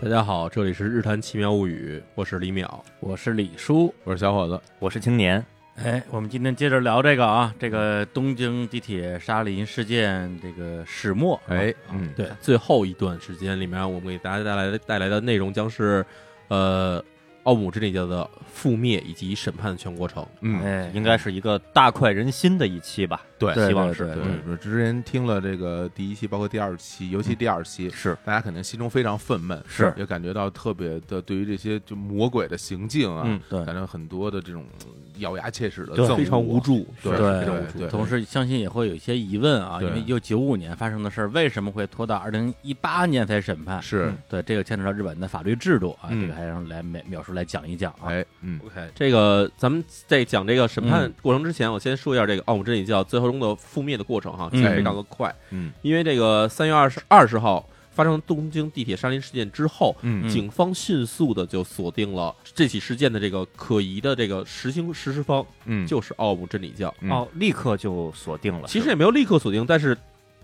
大家好，这里是《日谈奇妙物语》，我是李淼，我是李叔，我是小伙子。我是青年，哎，我们今天接着聊这个啊，这个东京地铁沙林事件这个始末，啊哎，啊嗯，对，最后一段时间里面，我们给大家带来的带来的内容将是，呃，奥姆真理教的覆灭以及审判的全过程。嗯，哎，应该是一个大快人心的一期吧？对希望对是嗯对对对，之前听了这个第一期，包括第二期，尤其第二期，是大家肯定心中非常愤懑，是也感觉到特别的对于这些就魔鬼的行径啊，嗯对感觉很多的这种咬牙切齿的对憎恶，啊非常无助，对，对非常无呃对助，对对同时相信也会有一些疑问啊，对因为就九五年发生的事儿，为什么会拖到二零一八年才审判？是，对，这个牵扯到日本的法律制度啊，嗯这个还让来淼淼叔来讲一讲啊。哎，嗯， OK，这个咱们在讲这个审判嗯过程之前，我先说一下这个奥姆真理教最后中的覆灭的过程哈，其实非常的快，嗯，因为这个三月二十二十号发生东京地铁沙林事件之后，嗯警方迅速的就锁定了这起事件的这个可疑的这个实行实施方，嗯，就是奥姆真理教。嗯哦，立刻就锁定了。其实也没有立刻锁定，但是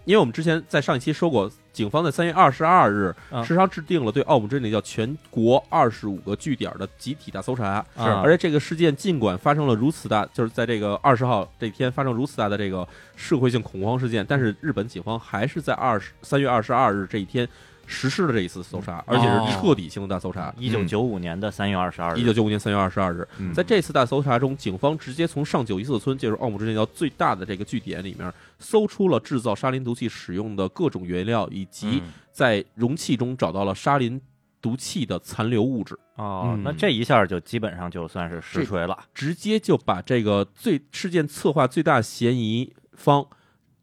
因为我们之前在上一期说过，警方在三月二十二日啊时常制定了对奥姆真理教全国二十五个据点的集体大搜查。是啊而且这个事件尽管发生了如此大，就是在这个二十号这天发生如此大的这个社会性恐慌事件，但是日本警方还是在二十三月二十二日这一天实施了这一次搜查，而且是彻底性的大搜查。一九九五年的三月二十二嗯一九日，九五年三月二十二日，嗯在这次大搜查中，警方直接从上九一四村，就是奥姆真理教最大的这个据点里面，搜出了制造沙林毒气使用的各种原料，以及嗯在容器中找到了沙林毒气的残留物质。哦嗯，那这一下就基本上就算是实锤了。直接就把这个最事件策划最大嫌疑方，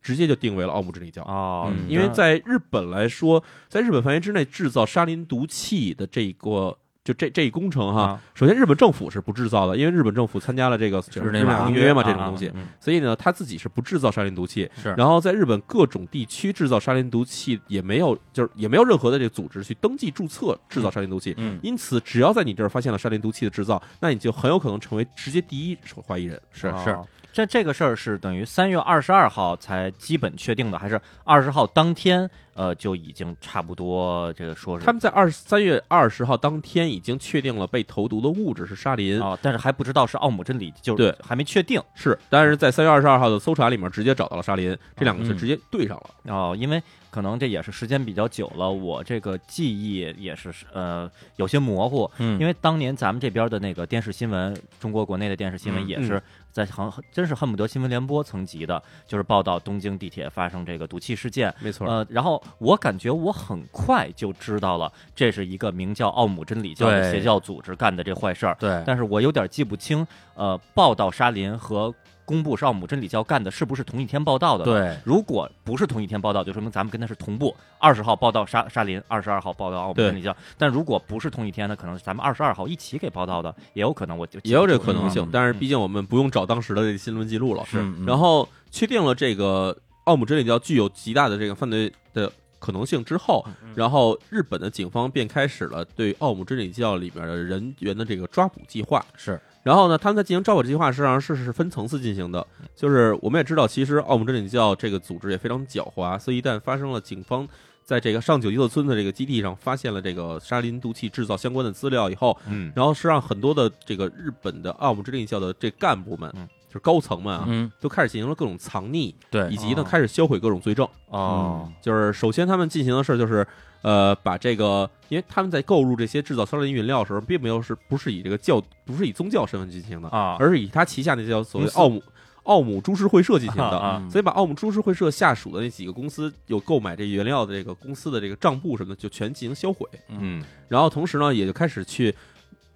直接就定为了奥姆真理教。啊哦嗯，因为在日本来说，在日本范围之内制造沙林毒气的这一个就这这一工程哈，啊首先日本政府是不制造的，因为日本政府参加了这个日内日瓦啊本公约嘛这啊种东西，，嗯所以呢他自己是不制造沙林毒气。是然后在日本各种地区制造沙林毒气也没有，就是也没有任何的这个组织去登记注册制造沙林毒气。嗯因此，只要在你这儿发现了沙林毒气的制造，那你就很有可能成为直接第一怀疑人。啊是嗯哦这这个事儿是等于三月二十二号才基本确定的，还是二十号当天呃就已经差不多这个说是他们在二三月二十号当天已经确定了被投毒的物质是沙林，哦，但是还不知道是奥姆真理，就是对还没确定。是，但是在三月二十二号的搜查里面直接找到了沙林，这两个就嗯直接对上了。哦，因为可能这也是时间比较久了，我这个记忆也是呃有些模糊。嗯因为当年咱们这边的那个电视新闻，中国国内的电视新闻嗯也是在很真是恨不得新闻联播层级的，就是报道东京地铁发生这个毒气事件。没错，呃，然后我感觉我很快就知道了，这是一个名叫奥姆真理教对的邪教组织干的这坏事儿，对，但是我有点记不清，呃，报道沙林和公布是奥姆真理教干的是不是同一天报道的了？对，如果不是同一天报道，就说明咱们跟他是同步。二十号报道沙沙林，二十二号报道奥姆对真理教。但如果不是同一天呢，可能是咱们二十二号一起给报道的，也有可能我就也有这个可能嗯性，但是毕竟我们不用找当时的这个新闻记录了。是嗯嗯然后确定了这个奥姆真理教具有极大的这个犯罪的可能性之后，然后日本的警方便开始了对奥姆真理教里边的人员的这个抓捕计划。是，然后呢，他们在进行抓捕计划实际上是是分层次进行的，就是我们也知道，其实奥姆真理教这个组织也非常狡猾，所以一旦发生了警方。在这个上九一乐村的这个基地上发现了这个沙林毒气制造相关的资料以后，嗯然后是让很多的这个日本的奥姆真理教的这干部们，嗯就是高层们啊，嗯，都开始进行了各种藏匿，对以，及呢哦开始销毁各种罪证。哦，就是首先他们进行的事儿就是，呃，把这个，因为他们在购入这些制造沙林原料的时候，并没有是不是以这个教不是以宗教身份进行的，啊而是以他旗下那叫所谓公司奥姆奥姆株式会社进行的。嗯啊所以把奥姆株式会社下属的那几个公司有购买这原料的这个公司的这个账簿什么的，就全进行销毁。嗯然后同时呢，也就开始去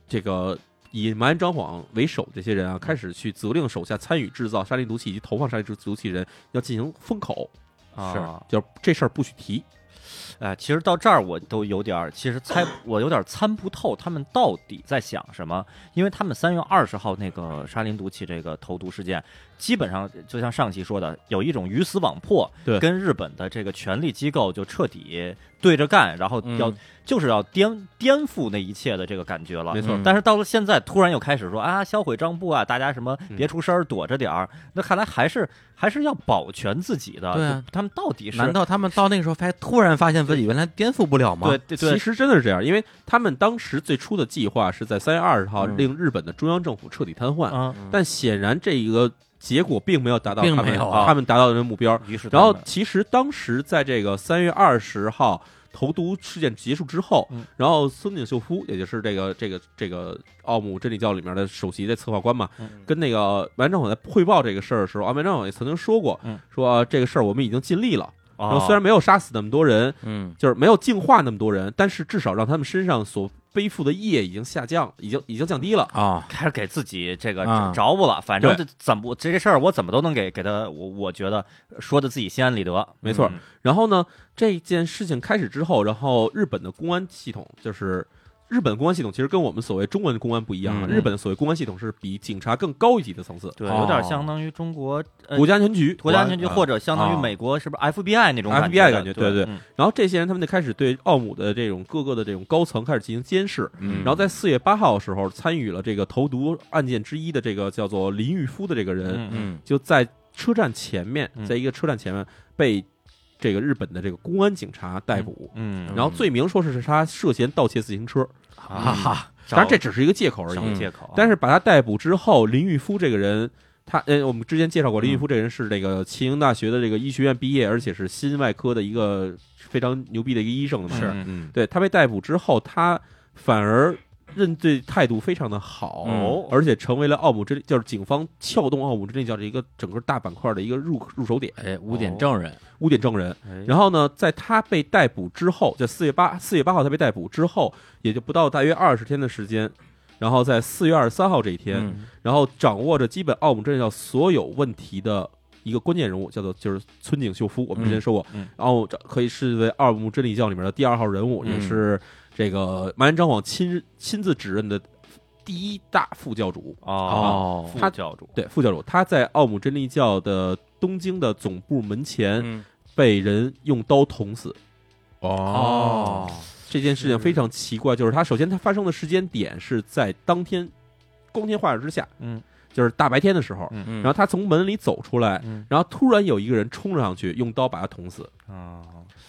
这个以瞒张谎为首这些人嗯啊，开始去责令手下参与制造沙林毒气以及投放沙林毒气的人要进行封口，啊就是这事儿不许提。哎，其实到这儿我都有点儿，其实猜我有点儿参不透他们到底在想什么，因为他们三月二十号那个沙林毒气这个投毒事件，基本上就像上期说的，有一种鱼死网破，对跟日本的这个权力机构就彻底对着干，然后要、嗯就是要颠颠覆那一切的这个感觉了没。错嗯但是到了现在，突然又开始说啊，销毁账簿啊，大家什么嗯别出声儿，躲着点儿。那看来还是还是要保全自己的。对啊就他们到底是难道他们到那个时候才突然发现自己原来颠覆不了吗？对对啊其对，实真的是这样，因为他们当时最初的计划是在三月二十号嗯令日本的中央政府彻底瘫痪，啊，但显然这一个结果并没有达到并他没们有啊他们达到的目标。于是他然后们其实当时在这个三月二十号投毒事件结束之后，嗯然后松井秀夫，也就是这个这个这个奥姆真理教里面的首席的策划官嘛，嗯跟那个完政府在汇报这个事儿的时候，啊安倍政府也曾经说过，嗯说、啊这个事儿我们已经尽力了，然哦后虽然没有杀死那么多人，嗯，就是没有净化那么多人，但是至少让他们身上所背负的业已经下降，已经已经降低了。啊，开始给自己这个啊着不了，反正这怎么这这事儿我怎么都能给给他，我我觉得说的自己心安理得，没错嗯然后呢，这件事情开始之后，然后日本的公安系统就是日本公安系统，其实跟我们所谓中文公安不一样啊。嗯日本的所谓公安系统是比警察更高一级的层次，对，哦有点相当于中国呃国家安全局。国家安全局，国安或者相当于啊美国是不是 FBI 那种感 FBI 的感觉对对对嗯然后这些人他们就开始对奥姆的这种各个的这种高层开始进行监视。嗯然后在四月八号的时候，参与了这个投毒案件之一的这个叫做林玉夫的这个人，嗯嗯嗯就在车站前面，嗯在一个车站前面被这个日本的这个公安警察逮捕，嗯，然后罪名说是是他涉嫌盗窃自行车，啊哈，当然这嗯只是一个借口而找已。嗯借口啊，但是把他逮捕之后，林玉夫这个人，他呃，我们之前介绍过，嗯林玉夫这个人是这个庆应大学的这个医学院毕业，而且是心外科的一个非常牛逼的一个医生的嘛。是嗯，对他被逮捕之后，他反而认罪态度非常的好，嗯而且成为了奥姆真就是警方撬动奥姆真理教的一个整个大板块的一个入入手点哎，污点证人，污点证人。哎然后呢，在他被逮捕之后，在四月八四月八号他被逮捕之后，也就不到大约二十天的时间。然后在四月二十三号这一天，嗯然后掌握着基本奥姆真理教所有问题的一个关键人物，叫做就是村井秀夫。我们之前说过，嗯嗯然后这可以视为奥姆真理教里面的第二号人物，嗯也是这个呃麻原彰晃亲亲自指认的第一大副教主。哦，哦副他教主对，副教主，他在奥姆真理教的东京的总部门前嗯被人用刀捅死。哦，哦，这件事情非常奇怪，就是他首先他发生的时间点是在当天光天化日之下，嗯，就是大白天的时候，嗯嗯然后他从门里走出来，嗯然后突然有一个人冲了上去，用刀把他捅死。啊，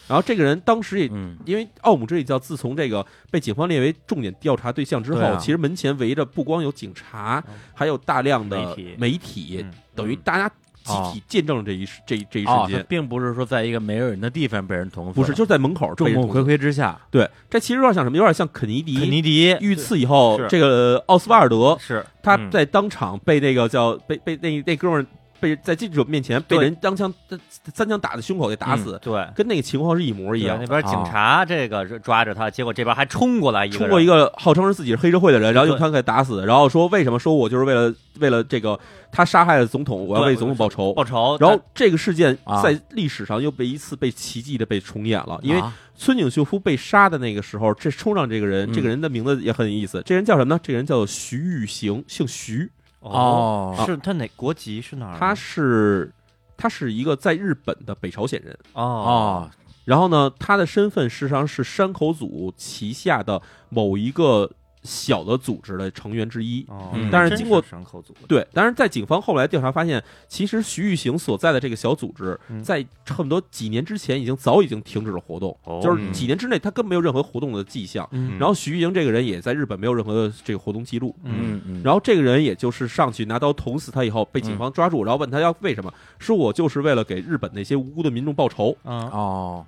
然后这个人当时也嗯因为奥姆真理教自从这个被警方列为重点调查对象之后，对啊其实门前围着不光有警察嗯，还有大量的媒体媒体，嗯等于大家集体见证了这一时、这一这一哦瞬，他间。并不是说在一个没有人的地方被人捅死了，不是，就在门口被众人捅目死。睽睽之下，对，这其实有点像什么？有点像肯尼迪。肯尼迪遇刺以后是，这个奥斯瓦尔德是他嗯在当场被那个叫被被那那哥们儿被在记者面前被对人当枪呃三枪打在胸口给打死，对。跟那个情况是一模一样哦对那。边警察这个是抓着他，结果这边还冲过来一个冲过一人个号称是自己是黑社会的人，然后用对枪给打死，然后说为什么说我就是为了为了这个他杀害了总统，我要对为总统报仇。报仇，然后这个事件啊在历史上又被一次被奇迹的被重演了，因为啊村井秀夫被杀的那个时候，这冲上这个人，嗯这个人的名字也很有意思，这人叫什么呢？这个人叫做徐玉行，姓徐，但哦是他哪国籍是哪儿的？他是他是一个在日本的北朝鲜人，哦哦然后呢，他的身份事实上是山口组旗下的某一个小的组织的成员之一。哦嗯但是真经过山口组的对，但是在警方后来调查发现，其实徐玉行所在的这个小组织嗯，在差不多几年之前已经早已经停止了活动，哦就是几年之内他根本没有任何活动的迹象。嗯然后徐玉行这个人也在日本没有任何的这个活动记录。嗯嗯然后这个人也就是上去拿刀捅死他以后，被警方抓住，然后问他要为什么，说我就是为了给日本那些无辜的民众报仇。嗯，哦，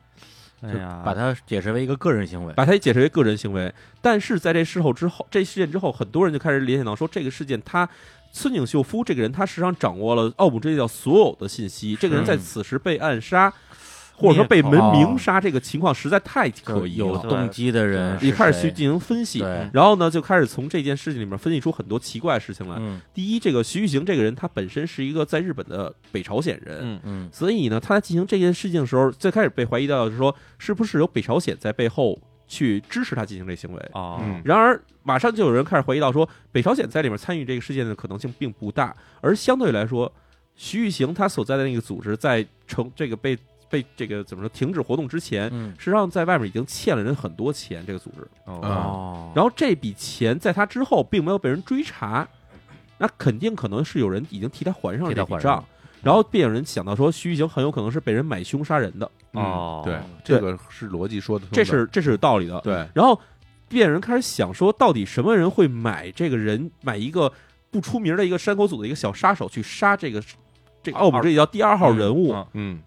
哎就呀，把它解释为一个个人行为，啊把它解释为个人行为。但是在这事后之后，这事件之后，很多人就开始联想到说，这个事件他村井秀夫这个人，他实际上掌握了奥姆真理教所有的信息。这个嗯人在此时被暗杀，或者说被门明杀，这个情况实在太可就疑有了。动机的人也开始是去谁进行分析，对，然后呢，就开始从这件事情里面分析出很多奇怪的事情来。嗯第一，这个徐玉行这个人，他本身是一个在日本的北朝鲜人，嗯嗯所以呢，他在进行这件事情的时候，最开始被怀疑到的是说，是不是有北朝鲜在背后去支持他进行这行为？哦嗯然而，马上就有人开始怀疑到说，北朝鲜在里面参与这个事件的可能性并不大，而相对来说，徐玉行他所在的那个组织在成这个被被这个怎么说停止活动之前，嗯实际上在外面已经欠了人很多钱，这个组织。哦啊哦，嗯然后这笔钱在他之后并没有被人追查，那肯定可能是有人已经替他还上了替这他笔还上账了。然后电影人想到说，徐玉莹很有可能是被人买凶杀人的，嗯哦对，对这个是逻辑说的，这是这是有道理的。对，然后电影人开始想说，到底什么人会买这个人买一个不出名的一个山口组的一个小杀手去杀这个这个奥姆真理教第二号人物？嗯嗯嗯，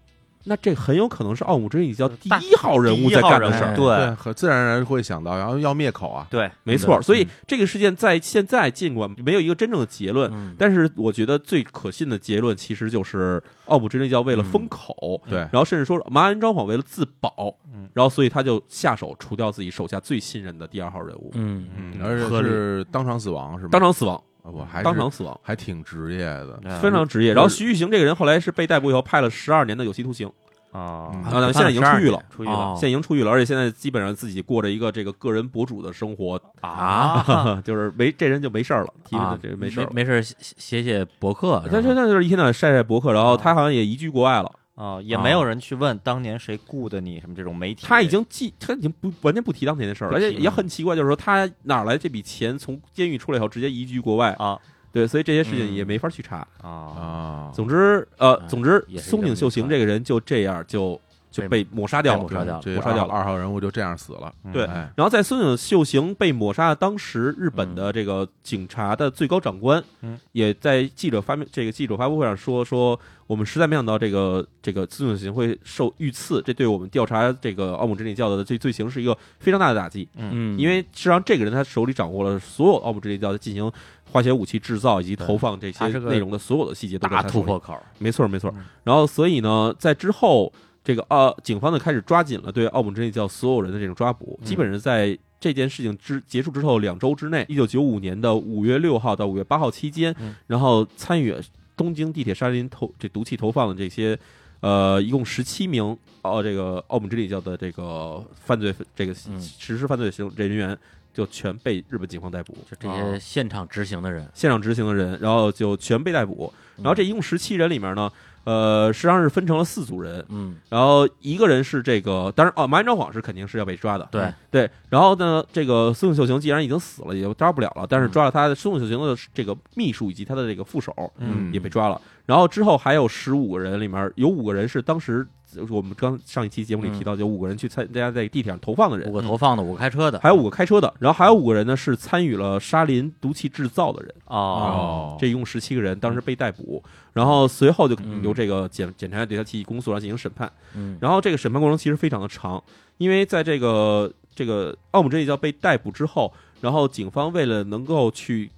那这很有可能是奥姆真理教第大一号人物第一在号干的人事物儿。对，很自然而然会想到，然后要灭口啊，对，没错，所以这个事件在现在尽管没有一个真正的结论，嗯但是我觉得最可信的结论其实就是奥姆真理教为了封口，对然后甚至说麻安张晃为了自保，嗯然后所以他就下手除掉自己手下最信任的第二号人物，嗯嗯，嗯而且合理是当场死亡是吗？当场死亡，啊，我还是当场死亡，还挺职业的，嗯非常职业。嗯然后徐玉行这个人后来是被逮捕以后判了十二年的有期徒刑，啊嗯，啊现在已经出狱了啊出狱了哦现在已经出狱了，而且现在基本上自己过着一个这个个人博主的生活，啊， 就是没这人就没事儿了，提啊着这人嗯没事儿没了。没事写写写博客是吧，他现在就是一天到晚晒晒博客，然后他好像也移居国外了。哦，也没有人去问当年谁雇的你什么这种媒体，他已经记，他已经不完全不提当年的事儿了，而不提且也很奇怪，就是说他哪来这笔钱？从监狱出来以后直接移居国外，啊对，所以这些事情嗯也没法去查。啊啊，总之，呃，哎总之，也是一个松井秀行谜团这个人就这样就就被抹杀掉被抹杀了。掉嗯了嗯这抹杀掉了嗯二号人物就这样死了，对哎然后在松井秀行被抹杀的当时，日本嗯的这个警察的最高长官，嗯也在记者发面这个记者发布会上说说，我们实在没想到这个这个松井秀行会受遇刺，这对我们调查这个奥姆真理教的罪罪行是一个非常大的打击。嗯，因为实际上这个人他手里掌握了所有奥姆真理教进行化学武器制造以及投放这些他是个内容的所有的细节都在大他手突里，破口，没错没错嗯。然后所以呢，在之后这个呃，警方呢开始抓紧了对奥姆真理教所有人的这种抓捕，嗯基本上在。这件事情之结束之后两周之内，一九九五年的五月六号到五月八号期间，嗯然后参与东京地铁沙林投这毒气投放的这些，呃，一共十七名哦，这个奥姆真理教的这个犯罪这个嗯实施犯罪行人员就全被日本警方逮捕，就这些现场执行的人，现场执行的人，然后就全被逮捕。嗯然后这一共十七人里面呢，呃，实际上是分成了四组人，嗯然后一个人是这个，当然哦，马安张晃是肯定是要被抓的，对对。然后呢，这个松井秀行既然已经死了，也就抓不了了，嗯但是抓了他的松井秀行的这个秘书以及他的这个副手，嗯也被抓了。然后之后还有十五个人，里面有五个人是当时就是我们刚上一期节目里提到，有五个人去参加在地铁上投放的人嗯五，个投放的，五个开车的，还有五个开车的，然后还有五个人呢是参与了沙林毒气制造的人，哦，哦，这一共十七个人，当时被逮捕，然后随后就嗯由这个检检察院对他提起公诉，然后进行审判。嗯然后这个审判过程其实非常的长，因为在这个这个奥姆真理教被逮捕之后，然后警方为了能够去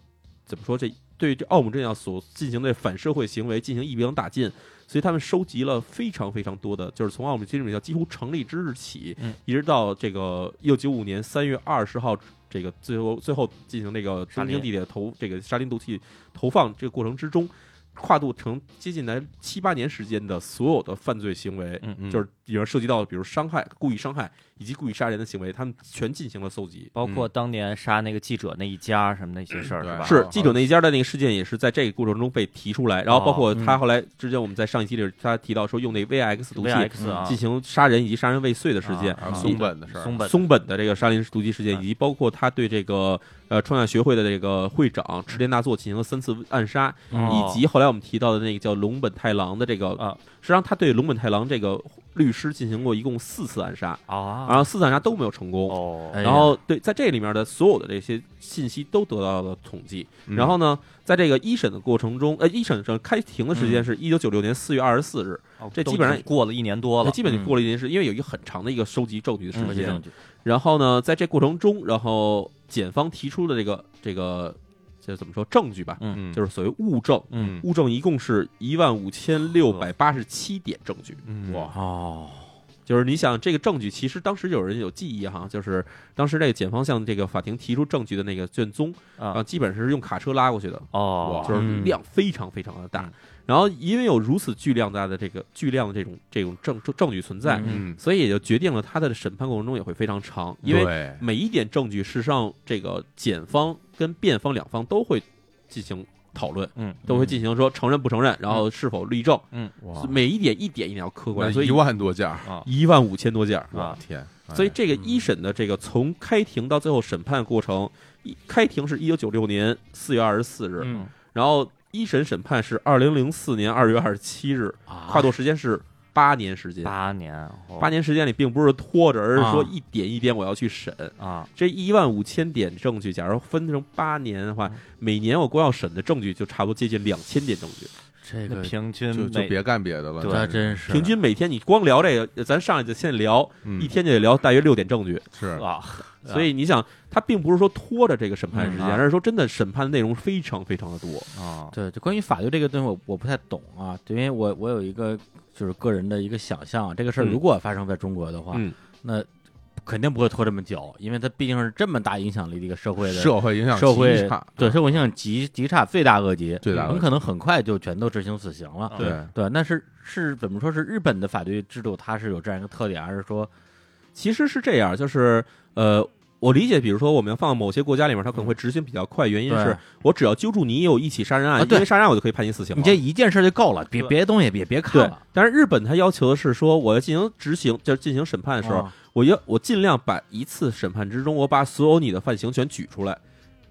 怎么说这对这奥姆真理教所进行的反社会行为进行一网打尽，所以他们收集了非常非常多的，就是从奥姆真理教几乎成立之日起，嗯一直到这个一九九五年三月二十号。这个最后最后进行这个沙东林京地铁投这个沙林毒气投放这个过程之中，跨度成接近来七八年时间的所有的犯罪行为，嗯就是里面涉及到比如伤害、故意伤害以及故意杀人的行为，他们全进行了搜集。包括当年杀那个记者那一家什么那些事儿对吧？嗯是好记者那一家的那个事件也是在这个过程中被提出来，然后包括他后来之前我们在上一期里他提到说用那 VX 毒气 VX 啊进，行杀人以及杀人未遂的事件。啊啊松本的事儿，松嗯本松本嗯的这个沙林毒气事件，嗯以及包括他对这个呃创业学会的这个会长池田大作进行了三次暗杀，哦嗯以及后来我们提到的那个叫龙本太郎的这个，啊实际上他对龙本太郎这个律师进行过一共四次暗杀，然啊后四次暗杀都没有成功。哦哎呀然后对，在这里面的所有的这些信息都得到了统计。嗯然后呢，在这个一审的过程中，呃，一审上开庭的时间是一九九六年四月二十四日，哦这都基本上已经过了一年多它了，基本就过了一件事，因为有一个很长的一个收集证据的什么时些证间。据，然后呢，在这过程中，然后检方提出的这个这个这怎么说证据吧，嗯就是所谓物证。嗯物证一共是一万五千六百八十七点证据，嗯哇哦，就是你想这个证据，其实当时有人有记忆哈，就是当时这个检方向这个法庭提出证据的那个卷宗啊，啊基本上是用卡车拉过去的，哦哇就是嗯量非常非常的大嗯。然后因为有如此巨量大的这个巨量的这种这种证证证据存在，嗯，所以也就决定了他的审判过程中也会非常长，因为为每一点证据，事实上这个检方跟辩方两方都会进行讨论，嗯都会进行说承认不承认，然后是否立证，嗯哇，每一点一点一点要客观，所那以一万多件儿，一万五千多件儿。我啊天，哎所以这个一审的这个从开庭到最后审判过程，一开庭是一九九六年四月二十四日，嗯然后一审审判是二零零四年二月二十七日，啊跨度时间是八年时间。八年，哦八年时间里，并不是拖着，而是说啊一点一点我要去审。啊，这一万五千点证据，假如分成八年的话嗯，每年我光要审的证据就差不多接近两千点证据，这那个平均就就每别干别的了。对那但是真是平均每天你光聊这个，咱上一次现聊嗯一天就得聊大约六点证据，是啊，所以你想，他并不是说拖着这个审判时间，嗯啊而是说真的审判的内容非常非常的多。啊，对，就关于法律这个东西，我我不太懂啊，因为我我有一个就是个人的一个想象，啊这个事儿嗯如果发生在中国的话，嗯那肯定不会拖这么久，因为它毕竟是这么大影响力的一个社会的社会影响社会极差，对社会影响极极差，罪大恶极，罪大恶极很可能很快就全都执行死刑了。对，对，那是是怎么说是日本的法律制度，它是有这样一个特点，还是说其实是这样，就是呃，我理解，比如说我们放某些国家里面，他可能会执行比较快，原因对是我只要揪住你有一起杀人案，啊对因为杀人案我就可以判你死刑了。你这一啊件事就够了，别啊对别的东西也别别看对了。，但是日本他要求的是说，我要进行执行，就是进行审判的时候，哦我要我尽量把一次审判之中，我把所有你的犯行全举出来，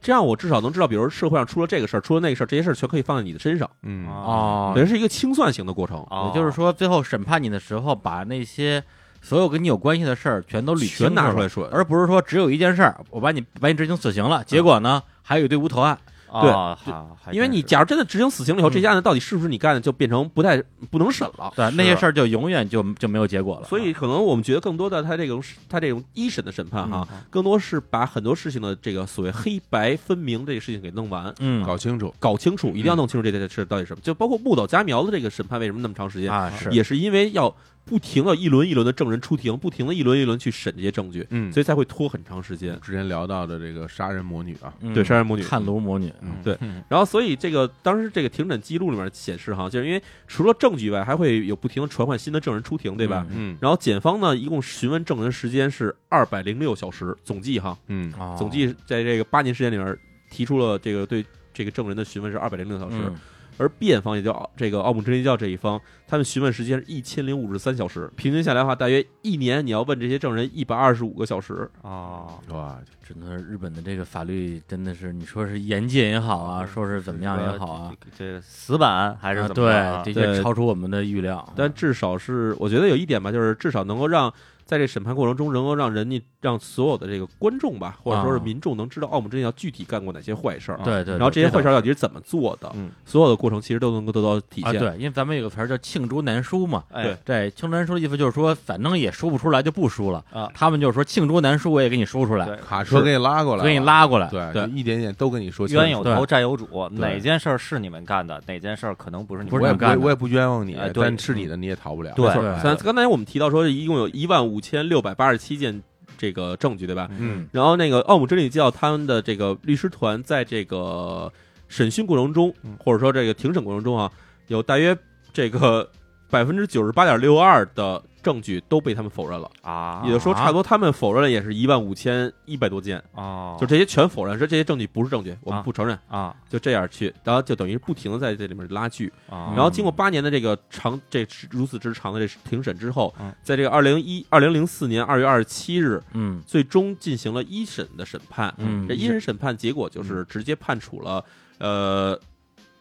这样我至少能知道，比如社会上出了这个事儿，出了那个事儿，这些事儿全可以放在你的身上，嗯啊哦，等于是一个清算型的过程。哦也就是说，最后审判你的时候，把那些所有跟你有关系的事儿全都捋全清拿楚出了来说，而不是说只有一件事儿，我把你把你执行死刑了，结果呢还有一堆无头案，对啊，好还因为真你是假如真的执行死刑了以后，嗯这些案子到底是不是你干的，就变成不太不能审了。对，那些事儿就永远就就没有结果了。所以，可能我们觉得更多的他这种他这种一审的审判哈，嗯更多是把很多事情的这个所谓黑白分明这个事情给弄完，嗯搞清楚，搞清楚，一定要弄清楚这件事到底是什么。就包括木岛佳苗的这个审判为什么那么长时间，啊嗯是也是因为要不停的一轮一轮的证人出庭，不停的一轮一轮去审这些证据，嗯，所以才会拖很长时间。之前聊到的这个杀人魔女啊，嗯对杀人魔女探炉魔女，嗯对嗯然后，所以这个当时这个庭审记录里面显示哈，就是因为除了证据以外，还会有不停的传唤新的证人出庭，对吧？嗯嗯然后检方呢，一共询问证人时间是二百零六小时，总计哈，嗯哦总计在这个八年时间里面提出了这个对这个证人的询问是二百零六小时，嗯而辩方也就奥这个奥姆真理教这一方，他们询问时间是一千零五十三小时，平均下来的话，大约一年你要问这些证人一百二十五个小时。哦，哇，只能说日本的这个法律真的是，你说是严禁也好啊，说是怎么样也好啊，这个死板还是啊怎么对着啊，的对确超出我们的预料。但至少是我觉得有一点吧，就是至少能够让在这审判过程中，能够让人家让所有的这个观众吧，或者说是啊民众能知道奥姆真理教具体干过哪些坏事儿。对对，然后这些坏事儿儿到底是怎么做的？嗯所有的过程其实都能够得到体啊，现。对，因为咱们有个词儿叫罄竹难书嘛，哎对对，罄竹难书的意思就是说，反正也说不出来就不说了啊他们就是说罄竹难书，我也给你说出来，对卡车给你拉过来，给你，拉过来。对，对就一点一点都跟你说清楚，冤有头对债有主，对哪件事儿是你们干的，哪件事儿可能不是你不们是我也你不干的我也不冤枉你哎，对但是你的你也逃不了，对对虽然刚才我们提到说，一共有一万五千六百八十七件这个证据，对吧？嗯，然后那个奥姆真理教他们的这个律师团在这个审讯过程中，或者说这个庭审过程中啊，有大约这个 百分之九十八点六二的证据都被他们否认了，啊，也就是说，差不多他们否认了也是一万五千一百多件，哦，就这些全否认，说这些证据不是证据，我们啊不承认，啊就这样去，然后就等于不停的在这里面拉锯。啊，然后经过八年的这个长这如此之长的这庭审之后嗯，在这个二零一二零零四年二月二十七日，嗯最终进行了一审的审判。嗯这一审审判结果就是直接判处了呃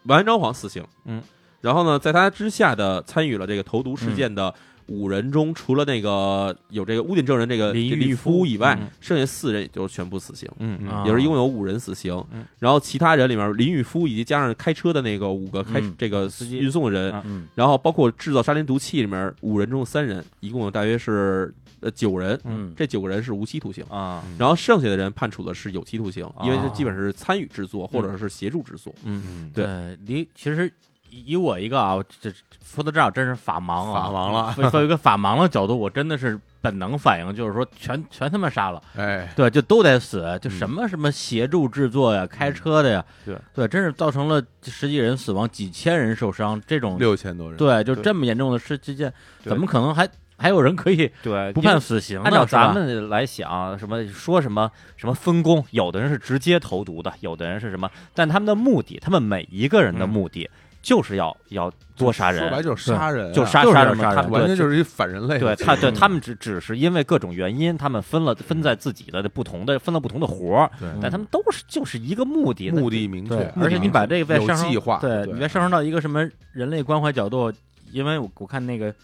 完颜昭晃死刑。嗯，然后呢，在他之下的参与了这个投毒事件的五人中，除了那个有这个污点证人这个林这玉林玉夫夫以外嗯，剩下四人也就全部死刑。嗯嗯啊也是一共有五人死刑嗯，然后其他人里面林玉夫以及加上开车的那个五个开嗯这个司机运送人，啊嗯然后包括制造沙林毒气里面五人中三人，一共有大约是呃九人，嗯，这九个人是无期徒刑，啊然后剩下的人判处的是有期徒刑，啊因为这基本上是参与制作或者是协助制作。嗯嗯，对对，呃离其实以以我一个啊，我这这说到这儿真是法盲啊，法盲了了。作为一个法盲的角度，我真的是本能反应就是说全全他妈杀了，哎，对，就都得死，就什么什么协助制作呀、开车的呀，嗯对对，真是造成了十几人死亡、几千人受伤这种，六千多人，对，就对这么严重的事事件，对怎么可能还还有人可以对，不因为判死刑呢？按照是吧咱们来想，什么说什么什么分工，嗯有的人是直接投毒的，有的人是什么，但他们的目的，他们每一个人的目的。就是要要多杀人说白，就是杀人啊，就杀就是杀要人嘛，杀他人们完对全就是一反人类对的行为。他对他们只只是因为各种原因，他们分了分在自己的不同的分了不同的活儿，嗯对但他们都是就是一个目的，目的明确啊对，，目的而且你把这个再有上升计划，对，你再上升到一个什么人类关怀角度，因为我我看那个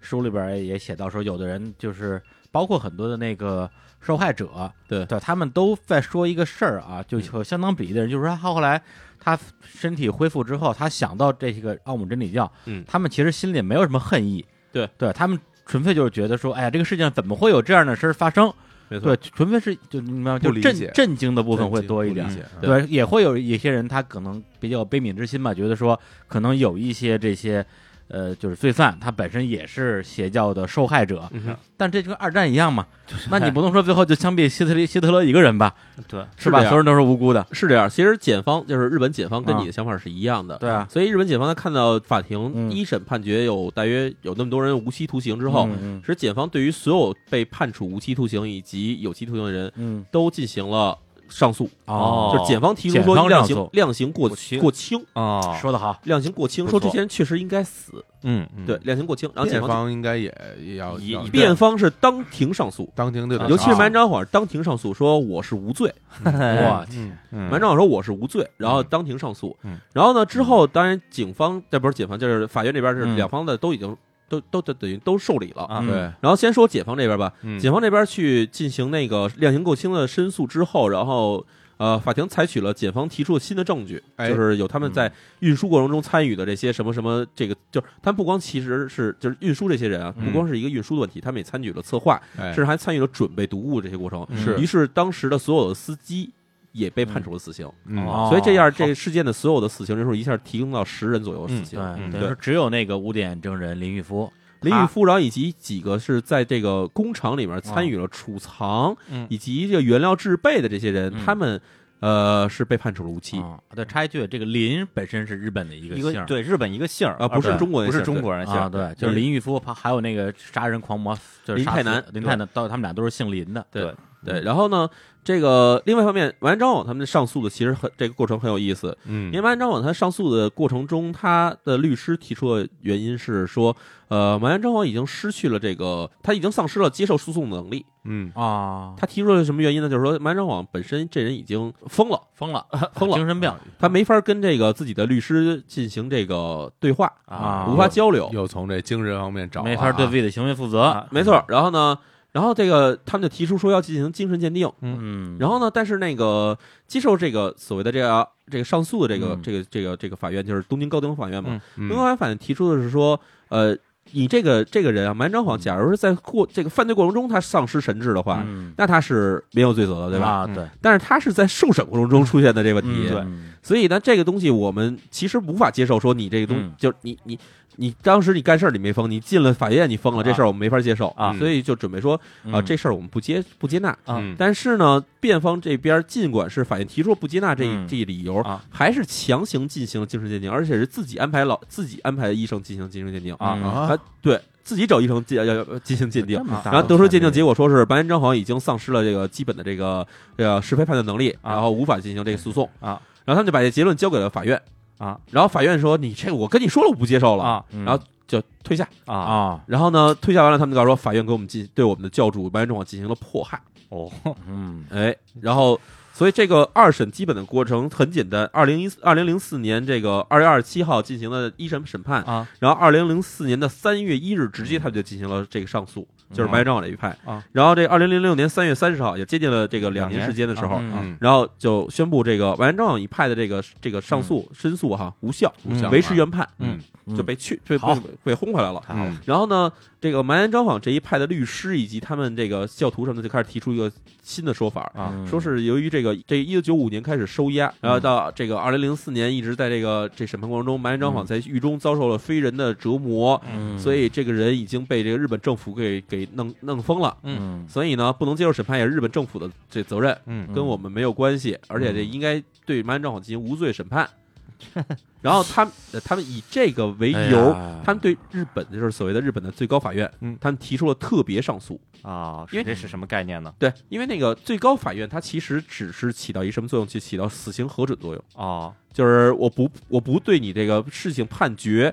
书里边儿也写到说，有的人就是包括很多的那个受害者，对对，他们都在说一个事儿啊，就有相当比例的人，就是说他后来他身体恢复之后，他想到这个奥姆真理教，嗯他们其实心里没有什么恨意，对，对他们。纯粹就是觉得说，哎呀，这个世界上怎么会有这样的事儿发生？没错对，，纯粹是就你明白吗？就不理震解震惊的部部分会多一点，嗯对对，也会有一些人他可能比较悲悯之心吧，觉得说可能有一些这些。呃，就是罪犯，他本身也是邪教的受害者，嗯哼但这就跟二战一样嘛。那你不能说最后就枪毙希特勒希特勒一个人吧，对是是吧？这样所有人都是无辜的，是这样。其实检方就是日本检方跟你的想法是一样的，啊对啊。所以日本检方在看到法嗯庭一审判决有大约有那么多人无期徒刑之后，嗯其实检方对于所有被判处无期徒刑以及有期徒刑的人嗯，都进行了上诉，哦，就是检方提出检说方量上刑诉量刑过过轻过轻，哦，说的好，量刑过轻，不说错这些人确实应该死，嗯，嗯对，，量刑过轻，然后检辩方方应该也也要一要一辩方是当庭上诉。当庭对啊的，尤其是啊满张晃当庭上诉说我是无罪，哇，嗯嗯满张晃说我是无罪，然后当庭上诉嗯，然后呢之后当然警方这不是检方就是法院这边是嗯两方的都已经都都都等于都受理了。啊，嗯对，然后先说检方这边吧，嗯检方这边去进行那个量刑够轻的申诉之后，然后呃，法庭采取了检方提出的新的证据，哎就是有他们在运输过程中参与的这些什么什么，这个就是他们不光其实是就是运输这些人啊，嗯不光是一个运输的问题，他们也参与了策划，哎甚至还参与了准备毒物这些过程。嗯是于是当时的所有的司机也被判处了死刑，嗯哦所以这样这事件的所有的死刑人数一下提供到十人左右的死刑。对，嗯等于说只有那个污点证人林玉夫，林啊玉夫，然后以及几个是在这个工厂里面参与了储藏嗯以及这个原料制备的这些人嗯，他们呃是被判处了无期啊，对，插一句，这个林本身是日本的一一姓个儿，对日本一个姓儿啊，不是而中国人不姓儿是中国人姓啊，儿，对，就是林玉夫，还有那个杀人狂魔，就是林杀太死南林太南，到他们俩都是姓林的，对对对嗯对。然后呢，这个另外一方面，完颜张网他们上诉的其实很这个过程很有意思，嗯因为完颜张网他上诉的过程中，他的律师提出的原因是说，呃，完颜张网已经失去了这个，他已经丧失了接受诉讼的能力。嗯啊，他提出了什么原因呢？就是说，完颜张网本身这人已经疯了，疯 了，疯了精神病他没法跟这个自己的律师进行这个对话，啊，无法交流。又从这精神方面找啊，没法对自己的行为负责。啊没错。然后呢，然后这个他们就提出说要进行精神鉴定。嗯，然后呢，但是那个接受这个所谓的这个啊这个上诉的这个、嗯这个这个这个法院就是东京高等法院嘛。东嗯京高等法院提出的是说，呃，你这个这个人啊，满张晃，假如是在过这个犯罪过程中他丧失神智的话，嗯，那他是没有罪责的，对吧？啊，嗯对，但是他是在受审过程中出现的这个问题，嗯对，所以呢，这个东西我们其实无法接受。说你这个东，嗯就是你你你当时你干事儿你没疯，你进了法院你疯了，啊这事儿我们没法接受啊所以就准备说嗯啊、这事儿我们不接不接纳。啊嗯但是呢，辩方这边尽管是法院提出不接纳这、嗯这理由、啊还是强行进行了精神鉴定，而且是自己安排老自己安排医生进行精神鉴定啊啊啊，对自己找医生进要要要进行鉴定这。么大然后得出鉴定结果果说是白岩章好像已经丧失了这个基本的这个这个适配判断能力，啊然后无法进行这个诉讼啊。然后他们就把这结论交给了法院啊，然后法院说你这我跟你说了我不接受了，嗯啊然后就退下。啊嗯啊，然后呢，退下完了，他们就告诉说法院给我们进对我们的教主白岩章进行了迫害，哦，嗯哎，然后。所以这个二审基本的过程很简单，二零一二零零四年这个二月二十七号进行了一审审判，啊然后二零零四年的三月一日，直接他们就进行了这个上诉，就是白嗯长网这一派啊。然后这二零零六年三月三十号，也接近了这个两两年年时间的时候，啊嗯嗯然后就宣布这个白长网一派的这个这个上诉申诉哈无效，无效维持原判，嗯嗯就被去被好被被轰回来了。好嗯然后呢，这个埋安张网这一派的律师以及他们这个教徒什么的，就开始提出一个新的说法，啊嗯说是由于这个这一九九五年开始收押，然后到这个二零零四年一直在这个这审判过程中，埋安张晃在狱中遭受了非人的折磨，嗯，所以这个人已经被这个日本政府给给弄弄疯了。嗯所以呢，不能接受审判也是日本政府的这责任，嗯跟我们没有关系，而且这应该对埋安张晃进行无罪审 判。然后他们呃他们以这个为哎由，呀他们对日本就是所谓的日本的最高法院，嗯他们提出了特别上诉。啊，因为这是什么概念呢？对，因为那个最高法院它其实只是起到一什么作用？就起到死刑核准作用。哦，就是我不我不对你这个事情判决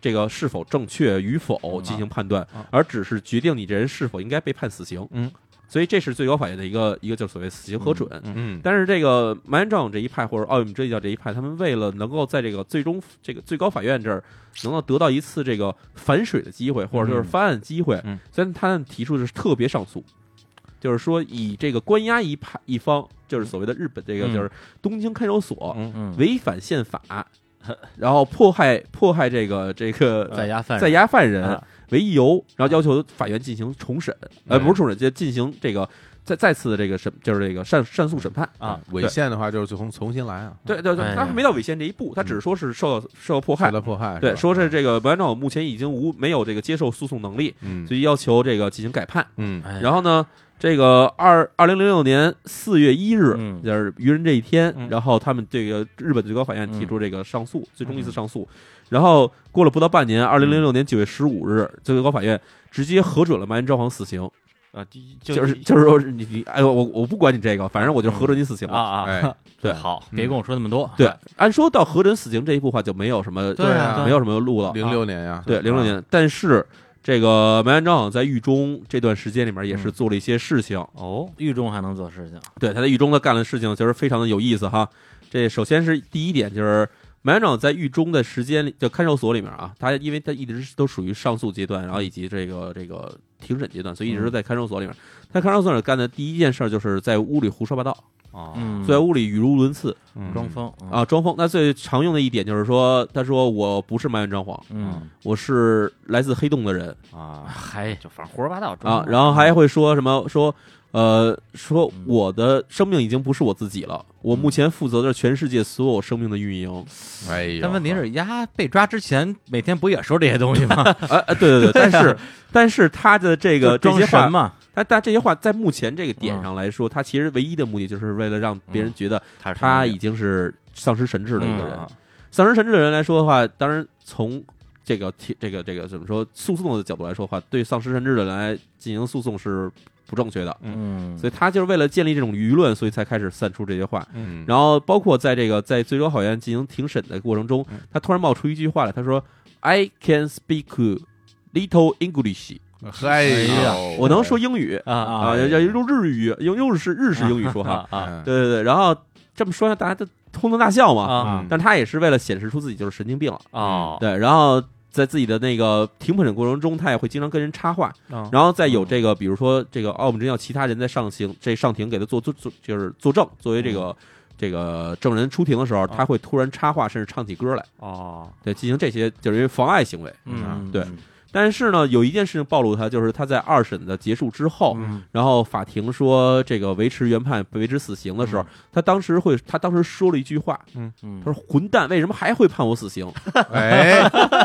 这个是否正确与否进行判断啊啊，而只是决定你这人是否应该被判死刑。嗯，所以这是最高法院的一个一个就是所谓死刑核准。嗯嗯，但是这个埋怨照这一派或者奥运这教这一派，他们为了能够在这个最终这个最高法院这儿能够得到一次这个反水的机会，或者就是翻案机会，嗯所以他们提出的是特别上诉，就是说以这个关押一派一方，就是所谓的日本这个嗯就是东京看守所嗯嗯，违反宪法， 然后迫害迫害这个这个在押犯在人押犯人啊为由，然后要求法院进行重审，呃，嗯不是重审，就进行这个再再次的这个审，就是这个上上诉审判。啊，违宪的话就是从重新来啊，对对哎对，呀他还没到违宪这一步，他只是说是受到受到迫害受。到迫害，对，吧说是这个文安照目前已经无没有这个接受诉讼能力，嗯所以要求这个进行改判。嗯哎呀然后呢，这个二二零零六年四月一日，嗯就是愚人这一天，嗯然后他们这个日本最高法院提出这个上诉，最终一次上诉。然后过了不到半年，二零零六年九月十五日，最高法院直接核准了麻原昭皇死刑，啊，第就是就是说你你哎我我我不管你这个，反正我就核准你死刑啊了。啊，哎，对好，别跟我说那么多，对，按说到核准死刑这一步的话，就没有什么对啊没有什么路了。零六年呀，对，零六年，但是这个梅兰章好像在狱中这段时间里面也是嗯做了一些事情。哦，狱中还能做事情，啊对，他在狱中他干的事情其实非常的有意思哈。这首先是第一点就是。梅兰章在狱中的时间里，就看守所里面啊，他因为他一直都属于上诉阶段，然后以及这个这个庭审阶段，所以一直嗯都在看守所里面。他看守所里干的第一件事儿就是在屋里胡说八道，哦，嗯，在屋里语无伦次嗯装疯，啊，装疯。那最常用的一点就是说，他说我不是埋怨张皇，嗯，我是来自黑洞的人，啊，还就反正胡说八道啊，然后还会说什么说。呃，说嗯我的生命已经不是我自己了，我目前负责的是全世界所有生命的运营。哎呦，但问题是，丫被抓之前每天不也说这些东西吗？啊，啊对对对，但是但是他的这个这 装些神话，嘛，他他这些话在目前这个点上来说，他其实唯一的目的就是为了让别人觉得他是他什么已经是丧失神智的一个人人。啊丧失神智的人来说的话，当然从这个提这个这个怎么说诉讼的角度来说的话，对丧失神智的人来进行诉讼是不正确的。嗯，所以他就是为了建立这种舆论，所以才开始散出这些话。嗯，然后包括在这个在最高法院进行庭审的过程中，他突然冒出一句话来，他说：“I can speak little English，哎呀呦，我能说英语啊啊啊，哎要要用日语，用用日式日式英语说话。啊啊嗯对对对，然后这么说，大家都哄堂大笑嘛。啊嗯但他也是为了显示出自己就是神经病了。哦，对，然后在自己的那个庭审过程中，他也会经常跟人插话，然然后再有这个，比如说这个奥姆真要其他人在上庭，这上庭给他做做做，就是作证，作为这个、这个证人出庭的时候，他会突然插话，甚至唱起歌来，哦，对，进行这些就是因为妨碍行为。嗯，对但是呢，有一件事情暴露他，就是他在二审的结束之后，嗯然后法庭说这个维持原判、维持死刑的时候，他当时会，他当时说了一句话，嗯，他说：“混蛋，为什么还会判我死刑哎，？”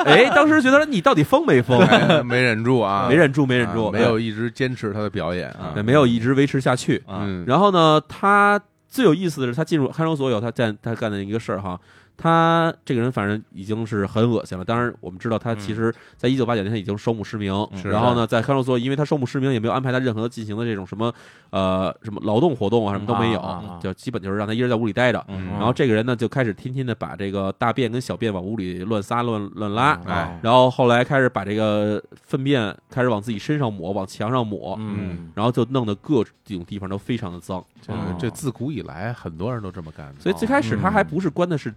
哎，当时觉得你到底疯没疯？哎没忍住啊，没忍住，没忍啊住，没有一直坚持他的表演啊对，，没有一直维持下去。嗯，然后呢，他最有意思的是，他进入看守所有他干他干的一个事儿哈，他这个人反正已经是很恶心了。当然，我们知道他其实在一九八九年他已经双目失明，嗯是然后呢，在看守所，因为他双目失明，也没有安排他任何进行的这种什么呃什么劳动活动啊，什么都没有，嗯啊啊啊就基本就是让他一人在屋里待着。嗯然后这个人呢，就开始天天的把这个大便跟小便往屋里乱撒乱乱拉，哦哎啊然后后来开始把这个粪便开始往自己身上抹，往墙上抹，嗯，然后就弄得各种地方都非常的脏。这个这自古以来很多人都这么干的，所以最开始他还嗯不是关的是